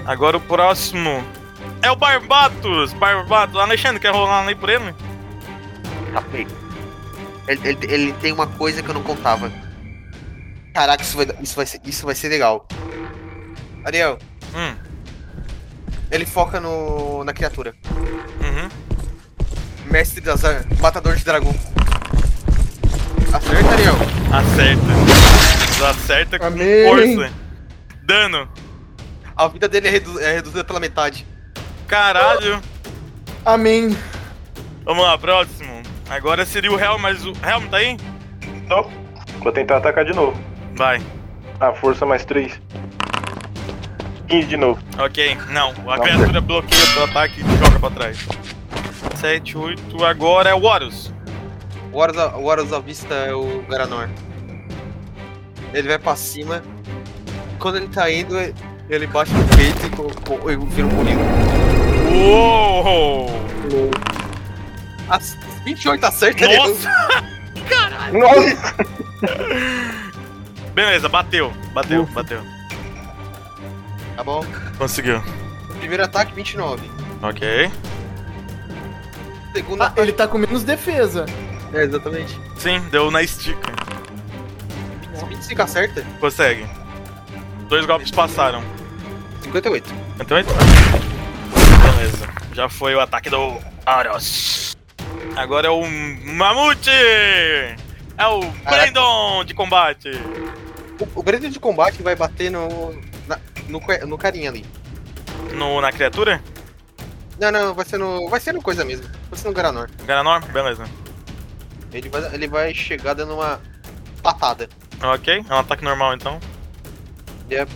Speaker 1: Agora o próximo. É o Barbatos! Barbatos. Alexandre, quer rolar aí por ele?
Speaker 6: Rapei. Ele, ele, ele tem uma coisa que eu não contava. Caraca, isso vai, dar- isso vai, ser, isso vai ser legal. Ariel,
Speaker 1: Hum.
Speaker 6: ele foca no, na criatura.
Speaker 1: Uhum.
Speaker 6: Mestre das ar- Matador de Dragão. Acerta, Ariel.
Speaker 1: Acerta. Acerta com
Speaker 3: Amém.
Speaker 1: força. Dano.
Speaker 6: A vida dele é, redu- é reduzida pela metade.
Speaker 1: Caralho.
Speaker 3: Amém.
Speaker 1: Vamos lá, próximo. Agora seria o Helm, mas o Helm tá aí?
Speaker 4: Não. Vou tentar atacar de novo.
Speaker 1: Vai.
Speaker 4: Ah, força mais 3. 15 de novo.
Speaker 1: Ok, não. A
Speaker 4: Não.
Speaker 1: criatura bloqueia o teu ataque e te joga pra trás. 7, 8, agora é o Horus.
Speaker 6: O Horus, o Horus à vista é o Garanor. Ele vai pra cima. Quando ele tá indo, ele baixa o peito e, co- co- e vira um bolinho.
Speaker 1: Uou!
Speaker 6: As 28 acerta, Ariel.
Speaker 1: Nossa!
Speaker 4: Nossa!
Speaker 1: Beleza, bateu. Bateu, bateu.
Speaker 6: Tá bom.
Speaker 1: Conseguiu.
Speaker 6: Primeiro ataque, 29.
Speaker 1: Ok.
Speaker 6: Segundo
Speaker 3: Ah,
Speaker 6: ataque.
Speaker 3: ele tá com menos defesa.
Speaker 6: É, exatamente.
Speaker 1: Sim, deu na estica.
Speaker 6: Se 25 acerta,
Speaker 1: Consegue. Dois golpes passaram.
Speaker 6: 58.
Speaker 1: Então é. Beleza. Já foi o ataque do Horus. Agora é o Mamute! É o Brandon de combate!
Speaker 6: O, o grande de combate vai bater no. na- no, que- no carinha ali.
Speaker 1: No, na criatura?
Speaker 6: Não, não, vai ser no. Vai ser no coisa mesmo. Vai ser no Garanor.
Speaker 1: Garanor? Beleza.
Speaker 6: Ele vai, ele vai chegar dando uma patada.
Speaker 1: Ok, é um ataque normal então.
Speaker 6: Yep.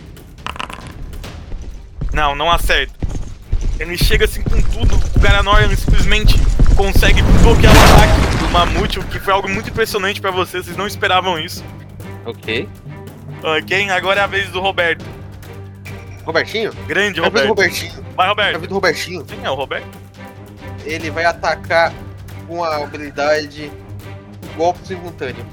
Speaker 1: Não, não acerta. Ele chega assim com tudo, o Garanor ele simplesmente consegue bloquear o ataque do Mamute, o que foi algo muito impressionante pra vocês, vocês não esperavam isso.
Speaker 6: Ok.
Speaker 1: Ok, agora é a vez do Roberto.
Speaker 6: Robertinho?
Speaker 1: Grande
Speaker 6: É a vez do
Speaker 1: Roberto.
Speaker 6: Robertinho.
Speaker 1: Vai,
Speaker 6: É a
Speaker 1: Roberto.
Speaker 6: vez do Robertinho.
Speaker 1: Quem é o Roberto?
Speaker 6: Ele vai atacar com a habilidade golpe simultâneo.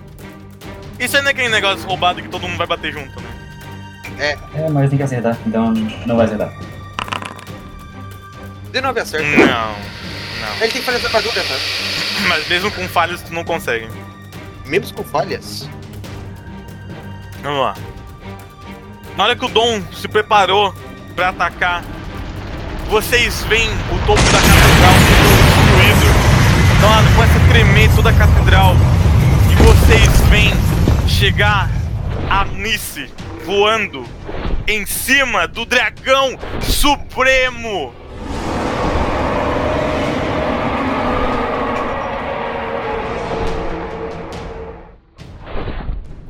Speaker 1: Isso aí não é aquele negócio roubado que todo mundo vai bater junto, né?
Speaker 5: É, mas tem que acertar, então não vai acertar.
Speaker 6: 19 acerta.
Speaker 1: Não.
Speaker 6: Ele tem que fazer a tapadura, tá?
Speaker 1: Mas mesmo com falhas tu não consegue.
Speaker 6: Mesmo com falhas.
Speaker 1: Vamos lá. Na hora que o Dom se preparou pra atacar, vocês veem o topo da catedral sendo destruído. Então ela começa a tremer toda a catedral. E vocês veem chegar a Nice voando em cima do dragão supremo.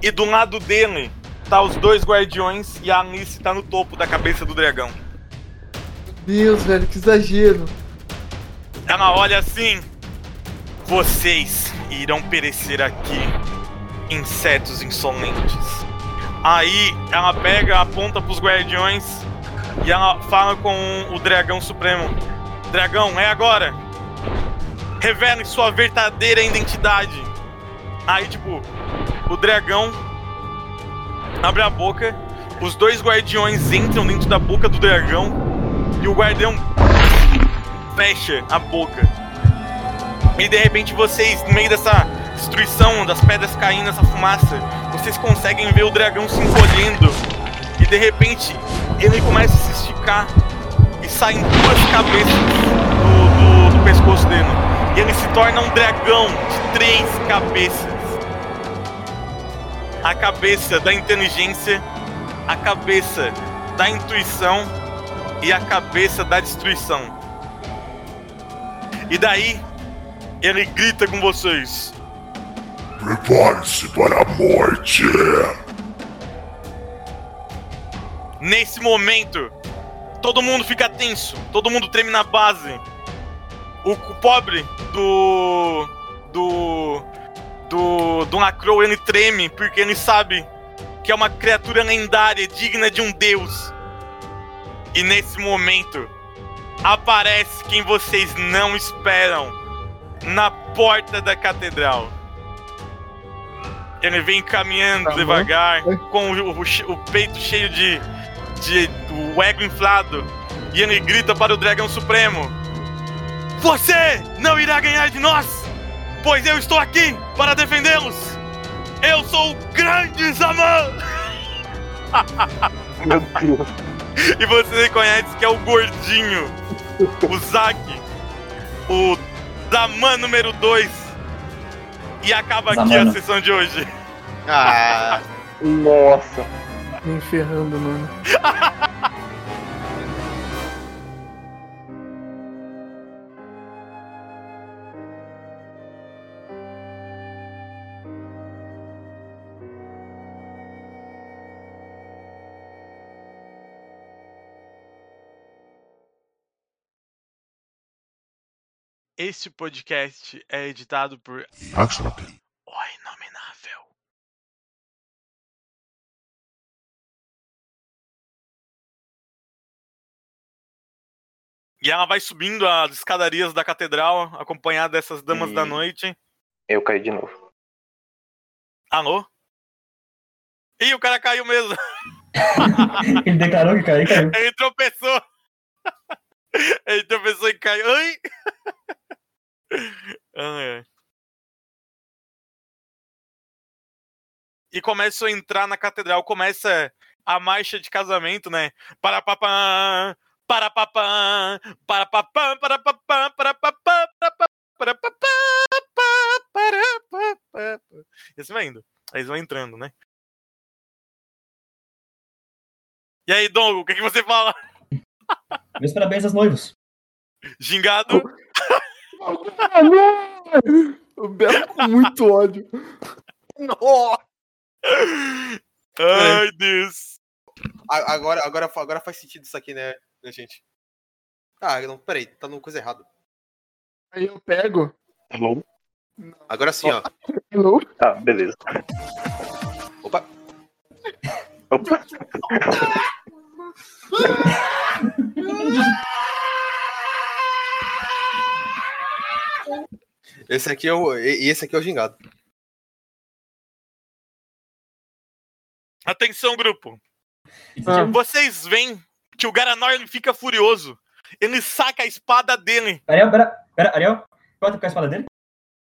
Speaker 1: E do lado dele tá os dois guardiões e a Nice tá no topo da cabeça do dragão.
Speaker 3: Meu Deus, velho, que exagero.
Speaker 1: Ela olha assim. Vocês irão perecer aqui, insetos insolentes. Aí ela pega, aponta pros guardiões E ela fala com o dragão supremo: Dragão, é agora! Revele sua verdadeira identidade! Aí, tipo, o dragão abre a boca, os dois guardiões entram dentro da boca do dragão e o guardião fecha a boca. E de repente vocês, no meio dessa destruição, das pedras caindo, essa fumaça, vocês conseguem ver o dragão se encolhendo. E de repente ele começa a se esticar e saem duas cabeças do, do- do pescoço dele. E ele se torna um dragão de três cabeças. A cabeça da inteligência, a cabeça da intuição e a cabeça da destruição. E daí ele grita com vocês.
Speaker 2: Prepare-se para a morte!
Speaker 1: Nesse momento, todo mundo fica tenso, todo mundo treme na base. O, o pobre do. do. do. do Lacrow, ele treme porque ele sabe que é uma criatura lendária, digna de um deus. E nesse momento, aparece quem vocês não esperam na porta da catedral. Ele vem caminhando
Speaker 3: Tá bom.
Speaker 1: devagar, com o, o che- o peito cheio de, de. o ego inflado. E ele grita para o dragão supremo: Você não irá ganhar de nós! pois eu estou aqui para defendê-los. Eu sou o grande Zaman!
Speaker 4: Meu Deus.
Speaker 1: E você reconhece que é o gordinho, o Zack, o Zaman número 2. E acaba aqui
Speaker 5: Zamano.
Speaker 1: a sessão de hoje.
Speaker 6: Ah,
Speaker 4: Nossa.
Speaker 3: Nem ferrando, mano.
Speaker 1: Este podcast é editado por
Speaker 2: Action.
Speaker 1: O Inominável. E ela vai subindo as escadarias da catedral, acompanhada dessas damas da
Speaker 4: Hum.
Speaker 1: noite.
Speaker 4: Eu caí de novo.
Speaker 1: Alô? Ih, o cara caiu mesmo.
Speaker 5: Ele declarou que caiu, caiu.
Speaker 1: Ele tropeçou. Ele tropeçou e caiu. Ai! Ai, ai. E começa a entrar na catedral. Começa a marcha de casamento, né? Para papam, para papam, para papam, para papam, para papam, para papam, para papam, para papam. E assim vai indo. Aí eles vão entrando, né? E aí, Dongo, o que, que você fala?
Speaker 5: Meus parabéns aos noivos.
Speaker 1: Gingado?
Speaker 5: Ah,
Speaker 3: O Belo com muito ódio.
Speaker 6: não!
Speaker 1: Ai, Deus.
Speaker 6: A- Agora, agora, fa- agora faz sentido isso aqui, né, né, gente? Ah, não, peraí, tá numa coisa errada.
Speaker 3: Aí eu pego.
Speaker 4: Alô?
Speaker 6: Agora sim, ó.
Speaker 3: Hello?
Speaker 4: Ah, beleza.
Speaker 6: Opa!
Speaker 4: Opa.
Speaker 6: Esse aqui é o. E e esse aqui é o gingado.
Speaker 1: Atenção, grupo.
Speaker 3: Ah.
Speaker 1: Vocês veem que o Garanor ele fica furioso. Ele saca a espada dele.
Speaker 5: Ariel, pera, pera, Ariel, corta com a espada dele,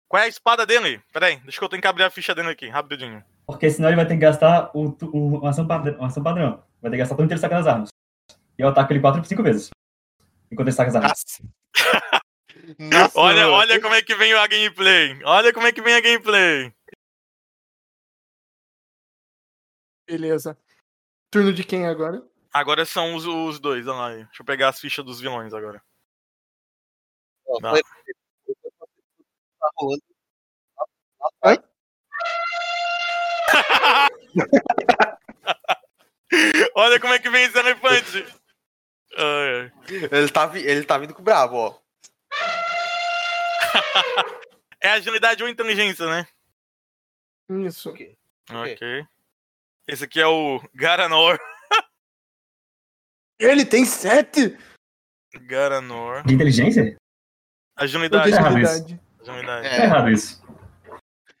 Speaker 1: Qual é a espada dele? Peraí, deixa que eu tenho que abrir a ficha dele aqui, rapidinho.
Speaker 5: porque senão ele vai ter que gastar o, tu- o, uma, ação padrão, uma ação padrão. Vai ter que gastar o turno inteiro sacando as armas. E eu ataco ele 4 cinco vezes. Enquanto ele saca as armas.
Speaker 6: Nossa,
Speaker 1: Olha,
Speaker 6: mano.
Speaker 1: olha como é que vem a gameplay. Olha como é que vem a gameplay.
Speaker 3: Beleza. Turno de quem agora?
Speaker 1: Agora são os, os dois, olha lá. aí. Deixa eu pegar as fichas dos vilões agora.
Speaker 6: Ó,
Speaker 1: Não.
Speaker 6: peraí. Tá rolando.
Speaker 1: Olha como é que vem esse elefante. Ai, ai.
Speaker 6: Ele tá, vi- ele tá vindo com o brabo, ó.
Speaker 1: É agilidade ou inteligência, né?
Speaker 3: Isso.
Speaker 6: Ok.
Speaker 1: Ok. Esse aqui é o Garanor.
Speaker 3: Ele tem sete
Speaker 1: Garanor.
Speaker 5: De inteligência?
Speaker 1: Agilidade.
Speaker 5: Eu errado
Speaker 3: verdade.
Speaker 1: Agilidade.
Speaker 3: É.
Speaker 5: Tá errado isso.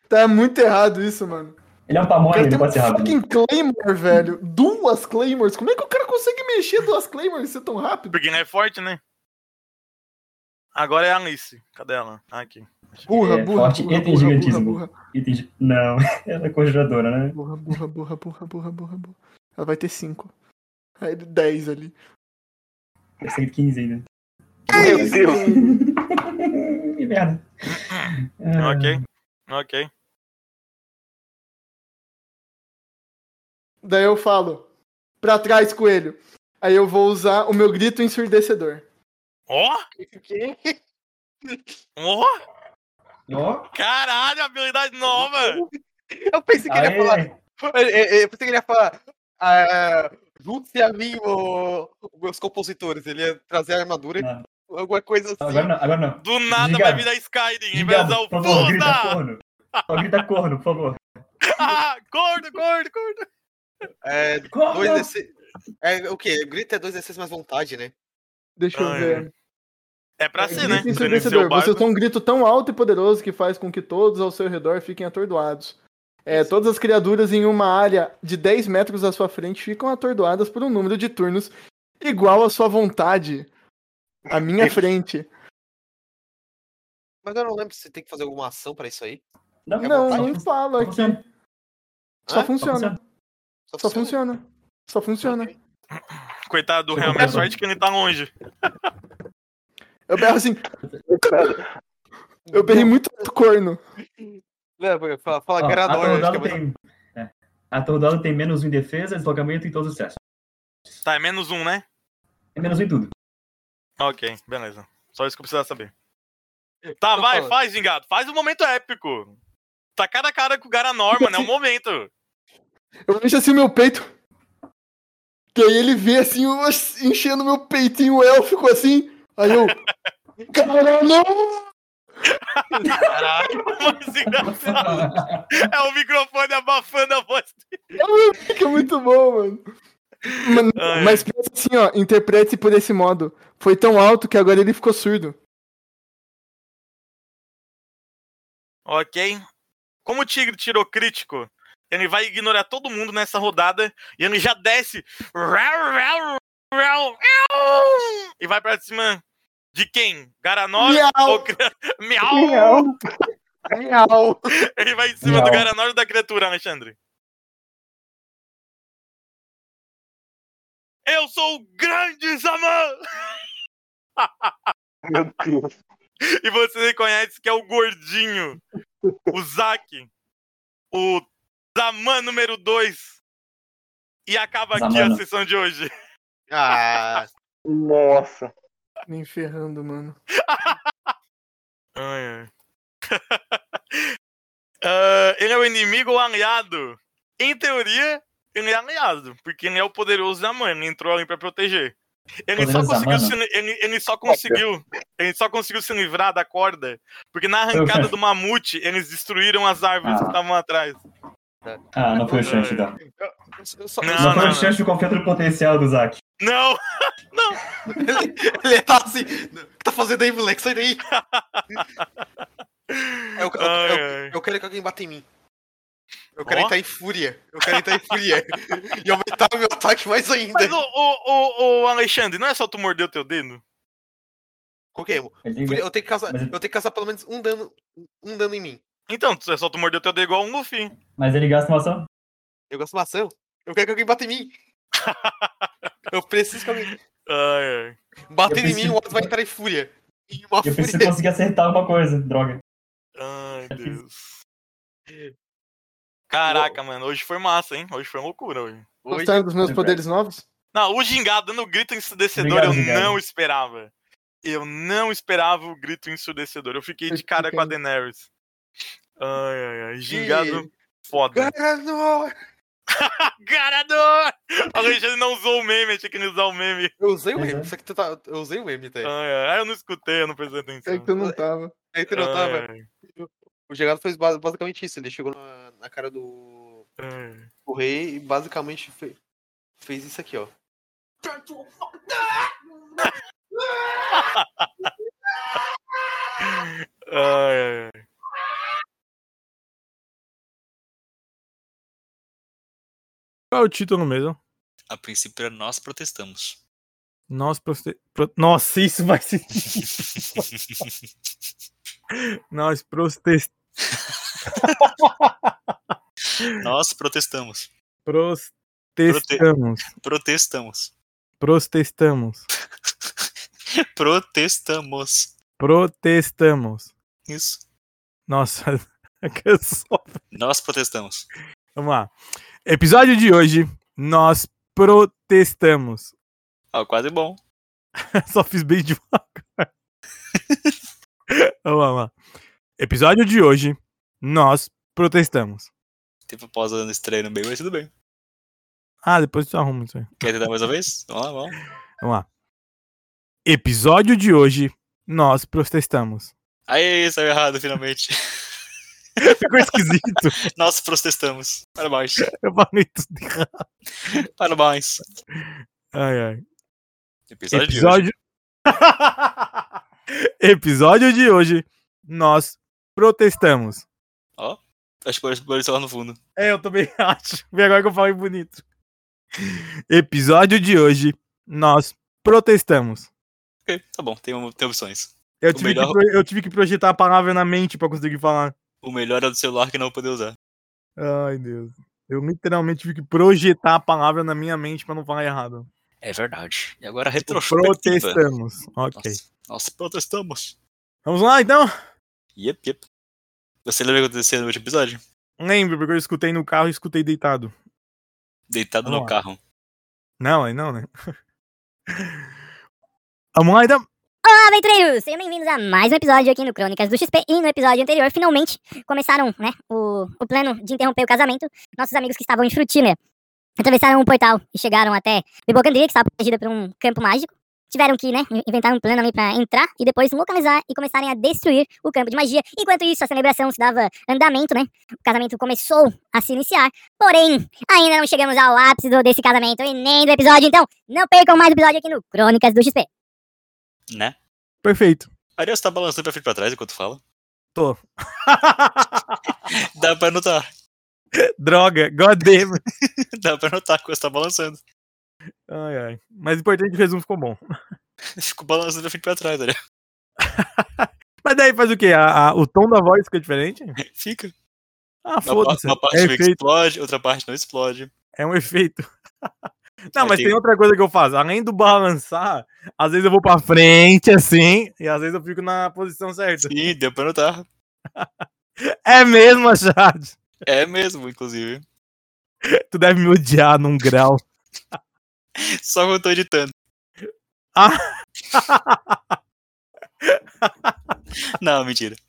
Speaker 3: Tá muito errado isso, mano.
Speaker 5: Ele é um
Speaker 3: O
Speaker 5: pamonha,
Speaker 3: cara
Speaker 5: ele
Speaker 3: tem
Speaker 5: não
Speaker 3: um
Speaker 5: pode ser rápido.
Speaker 3: fucking Claymore, velho. Duas Claymores. Como é que o cara consegue mexer duas Claymores e ser tão rápido?
Speaker 1: Porque não é forte, né? Agora é a Alice. Cadê ela? Ah, aqui.
Speaker 3: Burra,
Speaker 5: É,
Speaker 3: burra,
Speaker 5: forte
Speaker 3: burra,
Speaker 5: e tem
Speaker 3: burra, burra,
Speaker 5: gigantismo.
Speaker 3: burra,
Speaker 5: Item de- Não, ela é congeladora, né?
Speaker 3: burra, burra, burra, burra, burra, burra, burra. Ela vai ter cinco. Aí dez ali.
Speaker 5: Deve ser 15 ainda.
Speaker 6: É
Speaker 4: Meu Deus.
Speaker 5: que merda. Ah,
Speaker 1: Ok. Ok.
Speaker 3: Daí eu falo, pra trás, coelho. Aí eu vou usar o meu grito ensurdecedor.
Speaker 1: Ó! Ó!
Speaker 5: ó,
Speaker 1: Caralho, habilidade nova!
Speaker 6: Eu pensei que ele ia falar.
Speaker 5: aê.
Speaker 6: Eu, eu- eu pensei que ele ia falar. ah, Junte-se a mim, ô- os meus compositores. Ele ia trazer a armadura,
Speaker 5: Não,
Speaker 6: alguma coisa assim.
Speaker 5: Ah. Agora não, agora não.
Speaker 1: Do nada
Speaker 5: Diga.
Speaker 1: vai virar Skyrim,
Speaker 5: Diga,
Speaker 1: vai usar o
Speaker 5: por favor, grita
Speaker 1: foda!
Speaker 5: corno. Só grita corno, por favor.
Speaker 1: Ah, gordo, gordo, gordo!
Speaker 6: É, dois
Speaker 5: Corno!
Speaker 6: D6 é o quê? Grito é 2d6 mais vontade, né?
Speaker 3: Deixa eu
Speaker 1: Ah,
Speaker 3: ver.
Speaker 1: É pra ser,
Speaker 3: grito
Speaker 1: né?
Speaker 3: ensurdecedor.
Speaker 1: bardo.
Speaker 3: Você tem um grito tão alto e poderoso que faz com que todos ao seu redor fiquem atordoados. É, todas as criaturas em uma área de 10 metros à sua frente ficam atordoadas por um número de turnos igual à sua vontade. À minha frente.
Speaker 6: Mas eu não lembro se tem que fazer alguma ação pra isso aí.
Speaker 5: Não,
Speaker 3: Não,
Speaker 6: vontade?
Speaker 3: não fala aqui.
Speaker 5: funciona.
Speaker 3: Só
Speaker 6: Ah,
Speaker 3: funciona. Só funciona. Só funciona.
Speaker 1: Coitado do
Speaker 5: Você
Speaker 1: Real,
Speaker 5: compra-
Speaker 1: minha sorte é que ele tá longe.
Speaker 3: Eu berro assim. Eu berrei muito corno.
Speaker 6: Não, porque fala, fala
Speaker 5: Ó,
Speaker 6: Garanor, acho que é
Speaker 5: Atordoado
Speaker 6: mais-
Speaker 5: tem... é. Atordoado tem menos um em defesa, deslocamento e todos os sucessos.
Speaker 1: Tá, é menos um, né?
Speaker 5: É menos um em tudo.
Speaker 1: Ok, beleza. Só isso que eu precisava saber. Tá,
Speaker 6: Tô
Speaker 1: vai,
Speaker 6: falando.
Speaker 1: faz, gingado. Faz um momento épico. Tá cara a cara com o Garanor, mano. É o momento.
Speaker 3: Eu mexo assim o meu peito. Que aí ele vê assim, eu enchendo meu peitinho élfico assim. Aí eu. Caralho!
Speaker 1: Caralho, mas engraçado. É o microfone abafando a voz.
Speaker 3: Fica muito bom, mano. Mano,
Speaker 1: Ai.
Speaker 3: Mas pensa assim, ó, interprete por esse modo. Foi tão alto que agora ele ficou surdo.
Speaker 1: Ok. Como o Tigre tirou crítico, ele vai ignorar todo mundo nessa rodada e ele já desce. Rau, rau, rau, rau, E vai pra cima de quem? Garanor?
Speaker 3: Miau.
Speaker 1: ou cri- Miau!
Speaker 3: Real.
Speaker 1: Ele vai em cima
Speaker 5: Miau.
Speaker 1: do Garanor ou da criatura, Alexandre? Eu sou o grande Zaman!
Speaker 4: Meu Deus.
Speaker 1: E você reconhece que é o gordinho. O Zack. O Zaman número 2. E acaba aqui
Speaker 5: Zamano.
Speaker 1: a sessão de hoje.
Speaker 6: Ah,
Speaker 4: Nossa.
Speaker 3: Nem ferrando, mano.
Speaker 1: Ai, ai. Ah, ele é o inimigo ou aliado? Em teoria, ele é aliado, porque ele é o poderoso Zaman, ele entrou ali pra proteger. Ele só,
Speaker 5: Poderoso
Speaker 1: conseguiu
Speaker 5: Zaman,
Speaker 1: se, li- ele, ele só conseguiu. Ele só conseguiu se livrar da corda. Porque na arrancada do mamute, eles destruíram as árvores que
Speaker 5: Ah.
Speaker 1: estavam atrás.
Speaker 5: Ah, não foi o chance, então.
Speaker 6: eu só-
Speaker 1: Não,
Speaker 5: Não, foi
Speaker 1: não,
Speaker 5: o chance de confiar no potencial do Zack.
Speaker 1: Não!
Speaker 6: ele, ele tá assim. "Não, O que tá fazendo aí, moleque? Sai daí!
Speaker 1: É
Speaker 6: É Eu, eu- eu-
Speaker 1: Ai, ai.
Speaker 6: eu quero que alguém bata em mim. Eu quero
Speaker 1: Ó.
Speaker 6: entrar em fúria. Eu quero entrar em fúria. e aumentar o meu ataque mais ainda.
Speaker 1: Mas o, o, o, o Alexandre, não é só tu morder o teu dedo?
Speaker 6: Ok, eu
Speaker 5: Ele tem-
Speaker 6: eu tenho que causar,
Speaker 5: Mas-
Speaker 6: eu tenho que causar pelo menos um dano, um dano em mim.
Speaker 1: Então, tu- é só tu morder o teu dedo igual um Luffy.
Speaker 5: Mas ele gasta uma ação.
Speaker 6: Eu gosto de maçã. Eu quero que alguém bata em mim. eu preciso que alguém.
Speaker 1: Ai, ai.
Speaker 6: Bater
Speaker 5: Eu
Speaker 6: em mim,
Speaker 5: preciso-
Speaker 6: o outro vai entrar em fúria. Em uma
Speaker 5: Eu preciso
Speaker 6: fúria.
Speaker 5: conseguir acertar alguma coisa, droga. É
Speaker 1: Ai,
Speaker 5: assim.
Speaker 1: Deus. Caraca, mano, hoje foi massa, hein? Hoje foi loucura hoje. hoje...
Speaker 3: Gostaram dos meus
Speaker 5: Oi.
Speaker 3: poderes novos?
Speaker 1: Não, o gingado dando grito ensurdecedor eu
Speaker 5: Obrigado, gingado.
Speaker 1: não esperava. Eu não esperava o grito ensurdecedor. Eu fiquei de cara com a Daenerys. Ai, ai, ai. Gingado, foda.
Speaker 6: Cara, não!
Speaker 1: Garador! O Alexandre não usou o meme, achei que ele ia usar o meme.
Speaker 6: Eu usei o
Speaker 5: Pois
Speaker 6: M,
Speaker 5: é.
Speaker 6: só que tu tá. Eu usei o M, tá?
Speaker 5: Ah,
Speaker 1: Ai, ai, ai, eu não escutei, eu não prestei atenção.
Speaker 3: É que eu não tá, tava.
Speaker 6: Aí tu não
Speaker 1: Ai,
Speaker 6: tava. O Gerardo fez ba- basicamente isso. Ele chegou na, na cara do,
Speaker 1: ai, ai.
Speaker 6: do rei e basicamente fe- fez isso aqui, ó.
Speaker 1: Ai, ai, ai.
Speaker 8: Qual é o título mesmo?
Speaker 7: A princípio, era nós protestamos.
Speaker 8: Nós proste- pro- Nossa, isso vai ser. Nós protest...
Speaker 7: nós protestamos.
Speaker 8: protestamos.
Speaker 7: Protestamos.
Speaker 8: Protestamos.
Speaker 7: Protestamos.
Speaker 8: Protestamos.
Speaker 7: Isso.
Speaker 8: Nossa, que só.
Speaker 7: Nós protestamos.
Speaker 8: Vamos lá. Episódio de hoje, nós protestamos.
Speaker 7: Ah, quase bom.
Speaker 8: Só fiz bem devagar. vamos lá, vamos lá. Episódio de hoje, nós protestamos.
Speaker 7: Teve uma pausa nesse treino bem, mas tudo bem.
Speaker 8: Ah, depois tu arruma isso aí.
Speaker 7: Quer tentar mais uma vez? Vamos lá, vamos.
Speaker 8: Vamos lá. Episódio de hoje, nós protestamos.
Speaker 7: Aí, saiu errado, finalmente.
Speaker 8: Ficou esquisito.
Speaker 7: Nós protestamos. Parabéns.
Speaker 8: Eu falei tudo errado.
Speaker 7: Parabéns.
Speaker 8: Ai, ai.
Speaker 7: Episódio, de hoje.
Speaker 8: Episódio. Episódio de hoje, nós protestamos.
Speaker 7: Acho que o Boris lá no fundo.
Speaker 8: É, eu também acho. Vem agora que eu falei bonito. Episódio de hoje, nós protestamos.
Speaker 7: Ok, tá bom, tem, tem opções.
Speaker 8: Eu
Speaker 7: O
Speaker 8: tive,
Speaker 7: melhor-
Speaker 8: que, pro- eu tive que projetar a palavra na mente pra conseguir falar.
Speaker 7: O melhor é do celular que não vou poder usar.
Speaker 8: Ai, Deus. Eu literalmente tive que projetar a palavra na minha mente pra não falar errado.
Speaker 7: É verdade. E agora a retrospectiva.
Speaker 8: Protestamos. Ok.
Speaker 7: Nós, Tipo, nós protestamos.
Speaker 8: Vamos lá, então?
Speaker 7: Yep, yep. Você lembra o que aconteceu no último episódio?
Speaker 8: Lembro, porque eu escutei no carro e escutei deitado.
Speaker 7: Deitado
Speaker 8: Vamos
Speaker 7: no
Speaker 8: lá.
Speaker 7: carro.
Speaker 8: Não, aí não, né? Vamos lá, então.
Speaker 9: Olá, aventureiros! Sejam bem-vindos a mais um episódio aqui no Crônicas do XP. E no episódio anterior, finalmente, começaram né, o, o plano de interromper o casamento. Nossos amigos que estavam em Frutina atravessaram um portal e chegaram até Bibocandria, que estava protegida por um campo mágico. Tiveram que né, in- inventar um plano ali para entrar e depois localizar e começarem a destruir o campo de magia. Enquanto isso, a celebração se dava andamento, né? O casamento começou a se iniciar. Porém, ainda não chegamos ao ápice do- desse casamento e nem do episódio. Então, não percam mais o episódio aqui no Crônicas do XP.
Speaker 7: Né?
Speaker 8: Perfeito.
Speaker 7: Ariel, você tá balançando pra frente e pra trás enquanto fala?
Speaker 8: Tô.
Speaker 7: Dá pra notar.
Speaker 8: Droga, god damn.
Speaker 7: Dá pra notar que você tá balançando.
Speaker 8: Ai, ai. Mas o importante é que o resumo ficou bom.
Speaker 7: Ficou balançando pra frente e pra trás, Ariel.
Speaker 8: Mas daí faz o quê? A- a- o tom da voz fica diferente?
Speaker 7: Fica.
Speaker 8: Ah,
Speaker 7: Uma, pa-
Speaker 8: foda-se.
Speaker 7: uma parte
Speaker 8: É
Speaker 7: meio que
Speaker 8: efeito.
Speaker 7: explode, outra parte não explode.
Speaker 8: É um efeito. Não,
Speaker 7: Aí
Speaker 8: mas
Speaker 7: tem-
Speaker 8: tem outra coisa que eu faço. Além do balançar, às vezes eu vou pra frente, assim, e às vezes eu fico na posição certa.
Speaker 7: Sim, deu pra notar.
Speaker 8: É mesmo, Chad.
Speaker 7: É mesmo, inclusive.
Speaker 8: Tu deve me odiar num grau.
Speaker 7: Só que eu tô editando.
Speaker 8: Ah.
Speaker 7: Não, mentira.